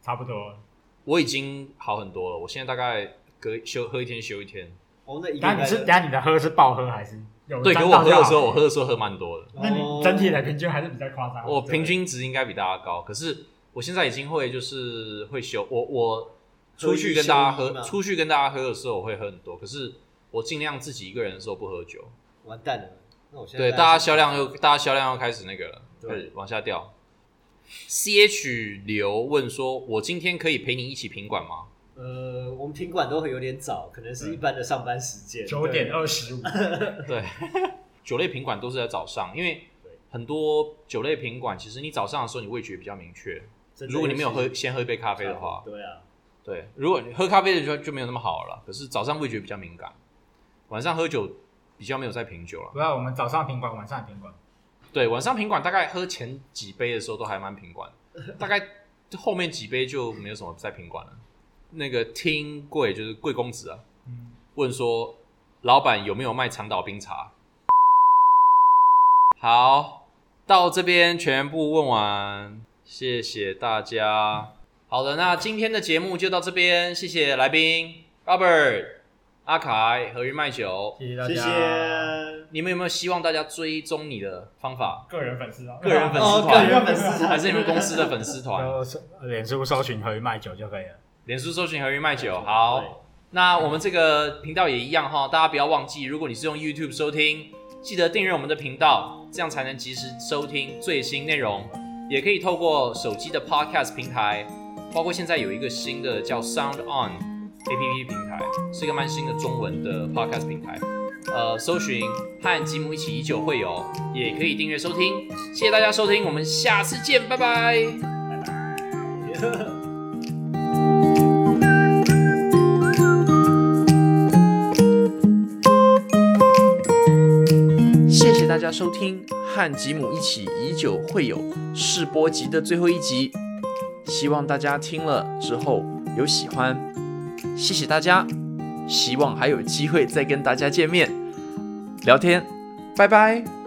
[SPEAKER 3] 差不多，
[SPEAKER 1] 我已经好很多了，我现在大概隔休喝一天休一天。
[SPEAKER 2] 哦，那一个
[SPEAKER 3] 但你是
[SPEAKER 2] 礼
[SPEAKER 3] 等
[SPEAKER 2] 拜
[SPEAKER 3] 下你的喝是爆喝还是有
[SPEAKER 1] 对，
[SPEAKER 3] 沾
[SPEAKER 1] 可
[SPEAKER 3] 到
[SPEAKER 1] 我喝
[SPEAKER 3] 就
[SPEAKER 2] 啊
[SPEAKER 1] 的
[SPEAKER 3] 好
[SPEAKER 1] 时候，我喝，的时候喝蛮多的。
[SPEAKER 3] 那你整体的平均还是比较夸
[SPEAKER 2] 啊
[SPEAKER 3] 张。
[SPEAKER 1] 我平均值应该比大家高，可是我现在已经会就是会休我我出去跟大家
[SPEAKER 2] 喝一
[SPEAKER 1] 喝，
[SPEAKER 2] 休一嘛
[SPEAKER 1] 出去跟大家喝的时候我会喝很多，可是我尽量自己一个人的时候不喝酒。
[SPEAKER 2] 完蛋了。那我现在
[SPEAKER 1] 对，大家销量又大家销量又开始那个了，
[SPEAKER 2] 对
[SPEAKER 1] 开始往下掉。C H 刘问说：“我今天可以陪你一起品管 [LAUGHS] 吗
[SPEAKER 2] 呃，我们品管都会有点早，可能是一般的上班时间，
[SPEAKER 3] 九点二十五，？”
[SPEAKER 1] 对，酒类品管都是在早上，因为很多酒类品管其实你早上的时候你味觉比较明确，
[SPEAKER 2] 对。
[SPEAKER 1] 如果你没有
[SPEAKER 2] 真
[SPEAKER 1] 喝
[SPEAKER 2] 的尤其
[SPEAKER 1] 先喝一杯咖啡
[SPEAKER 2] 是
[SPEAKER 1] 的话，
[SPEAKER 2] 对啊，
[SPEAKER 1] 对，如果你喝咖啡的就就没有那么好了。可是早上味觉比较敏感，晚上喝酒比较没有在品酒了。
[SPEAKER 3] 不要我们早上品管，晚上品管，
[SPEAKER 1] 对，晚上品管大概喝前几杯的时候都还蛮品管，大概后面几杯就没有什么在品管了。那个听贵就是贵公子啊，
[SPEAKER 3] 嗯，
[SPEAKER 1] 问说老板有没有卖长岛冰茶？ [LAUGHS] 好，到这边全部问完，谢谢大家。好的，那今天的节目就到这边，谢谢来宾 Robert、阿凯、何云卖酒。
[SPEAKER 3] 谢谢大家，
[SPEAKER 2] 谢谢。
[SPEAKER 1] 你们有没有希望大家追踪你的方法？
[SPEAKER 3] 个人粉丝啊，
[SPEAKER 1] 个人粉丝
[SPEAKER 2] 哦，个
[SPEAKER 1] 团，
[SPEAKER 2] 人粉丝
[SPEAKER 1] [LAUGHS] 还是你们公司的粉丝
[SPEAKER 3] 哦
[SPEAKER 1] 团？
[SPEAKER 3] [LAUGHS] 就脸书搜寻合一卖酒就可以了。
[SPEAKER 1] 脸书搜寻何云卖酒。好，那我们这个频道也一样哈，大家不要忘记，如果你是用 YouTube 收听，记得订阅我们的频道，这样才能及时收听最新内容。也可以透过手机的 Podcast 平台，包括现在有一个新的叫 Sound On APP 平台，是一个蛮新的中文的 Podcast 平台。呃，搜寻和吉姆一起以酒会友，也可以订阅收听。谢谢大家收听，我们下次见，拜拜。
[SPEAKER 6] 谢谢大家收听《和吉姆一起以酒会友》试播集的最后一集，希望大家听了之后有喜欢。谢谢大家，希望还有机会再跟大家见面聊天，拜拜。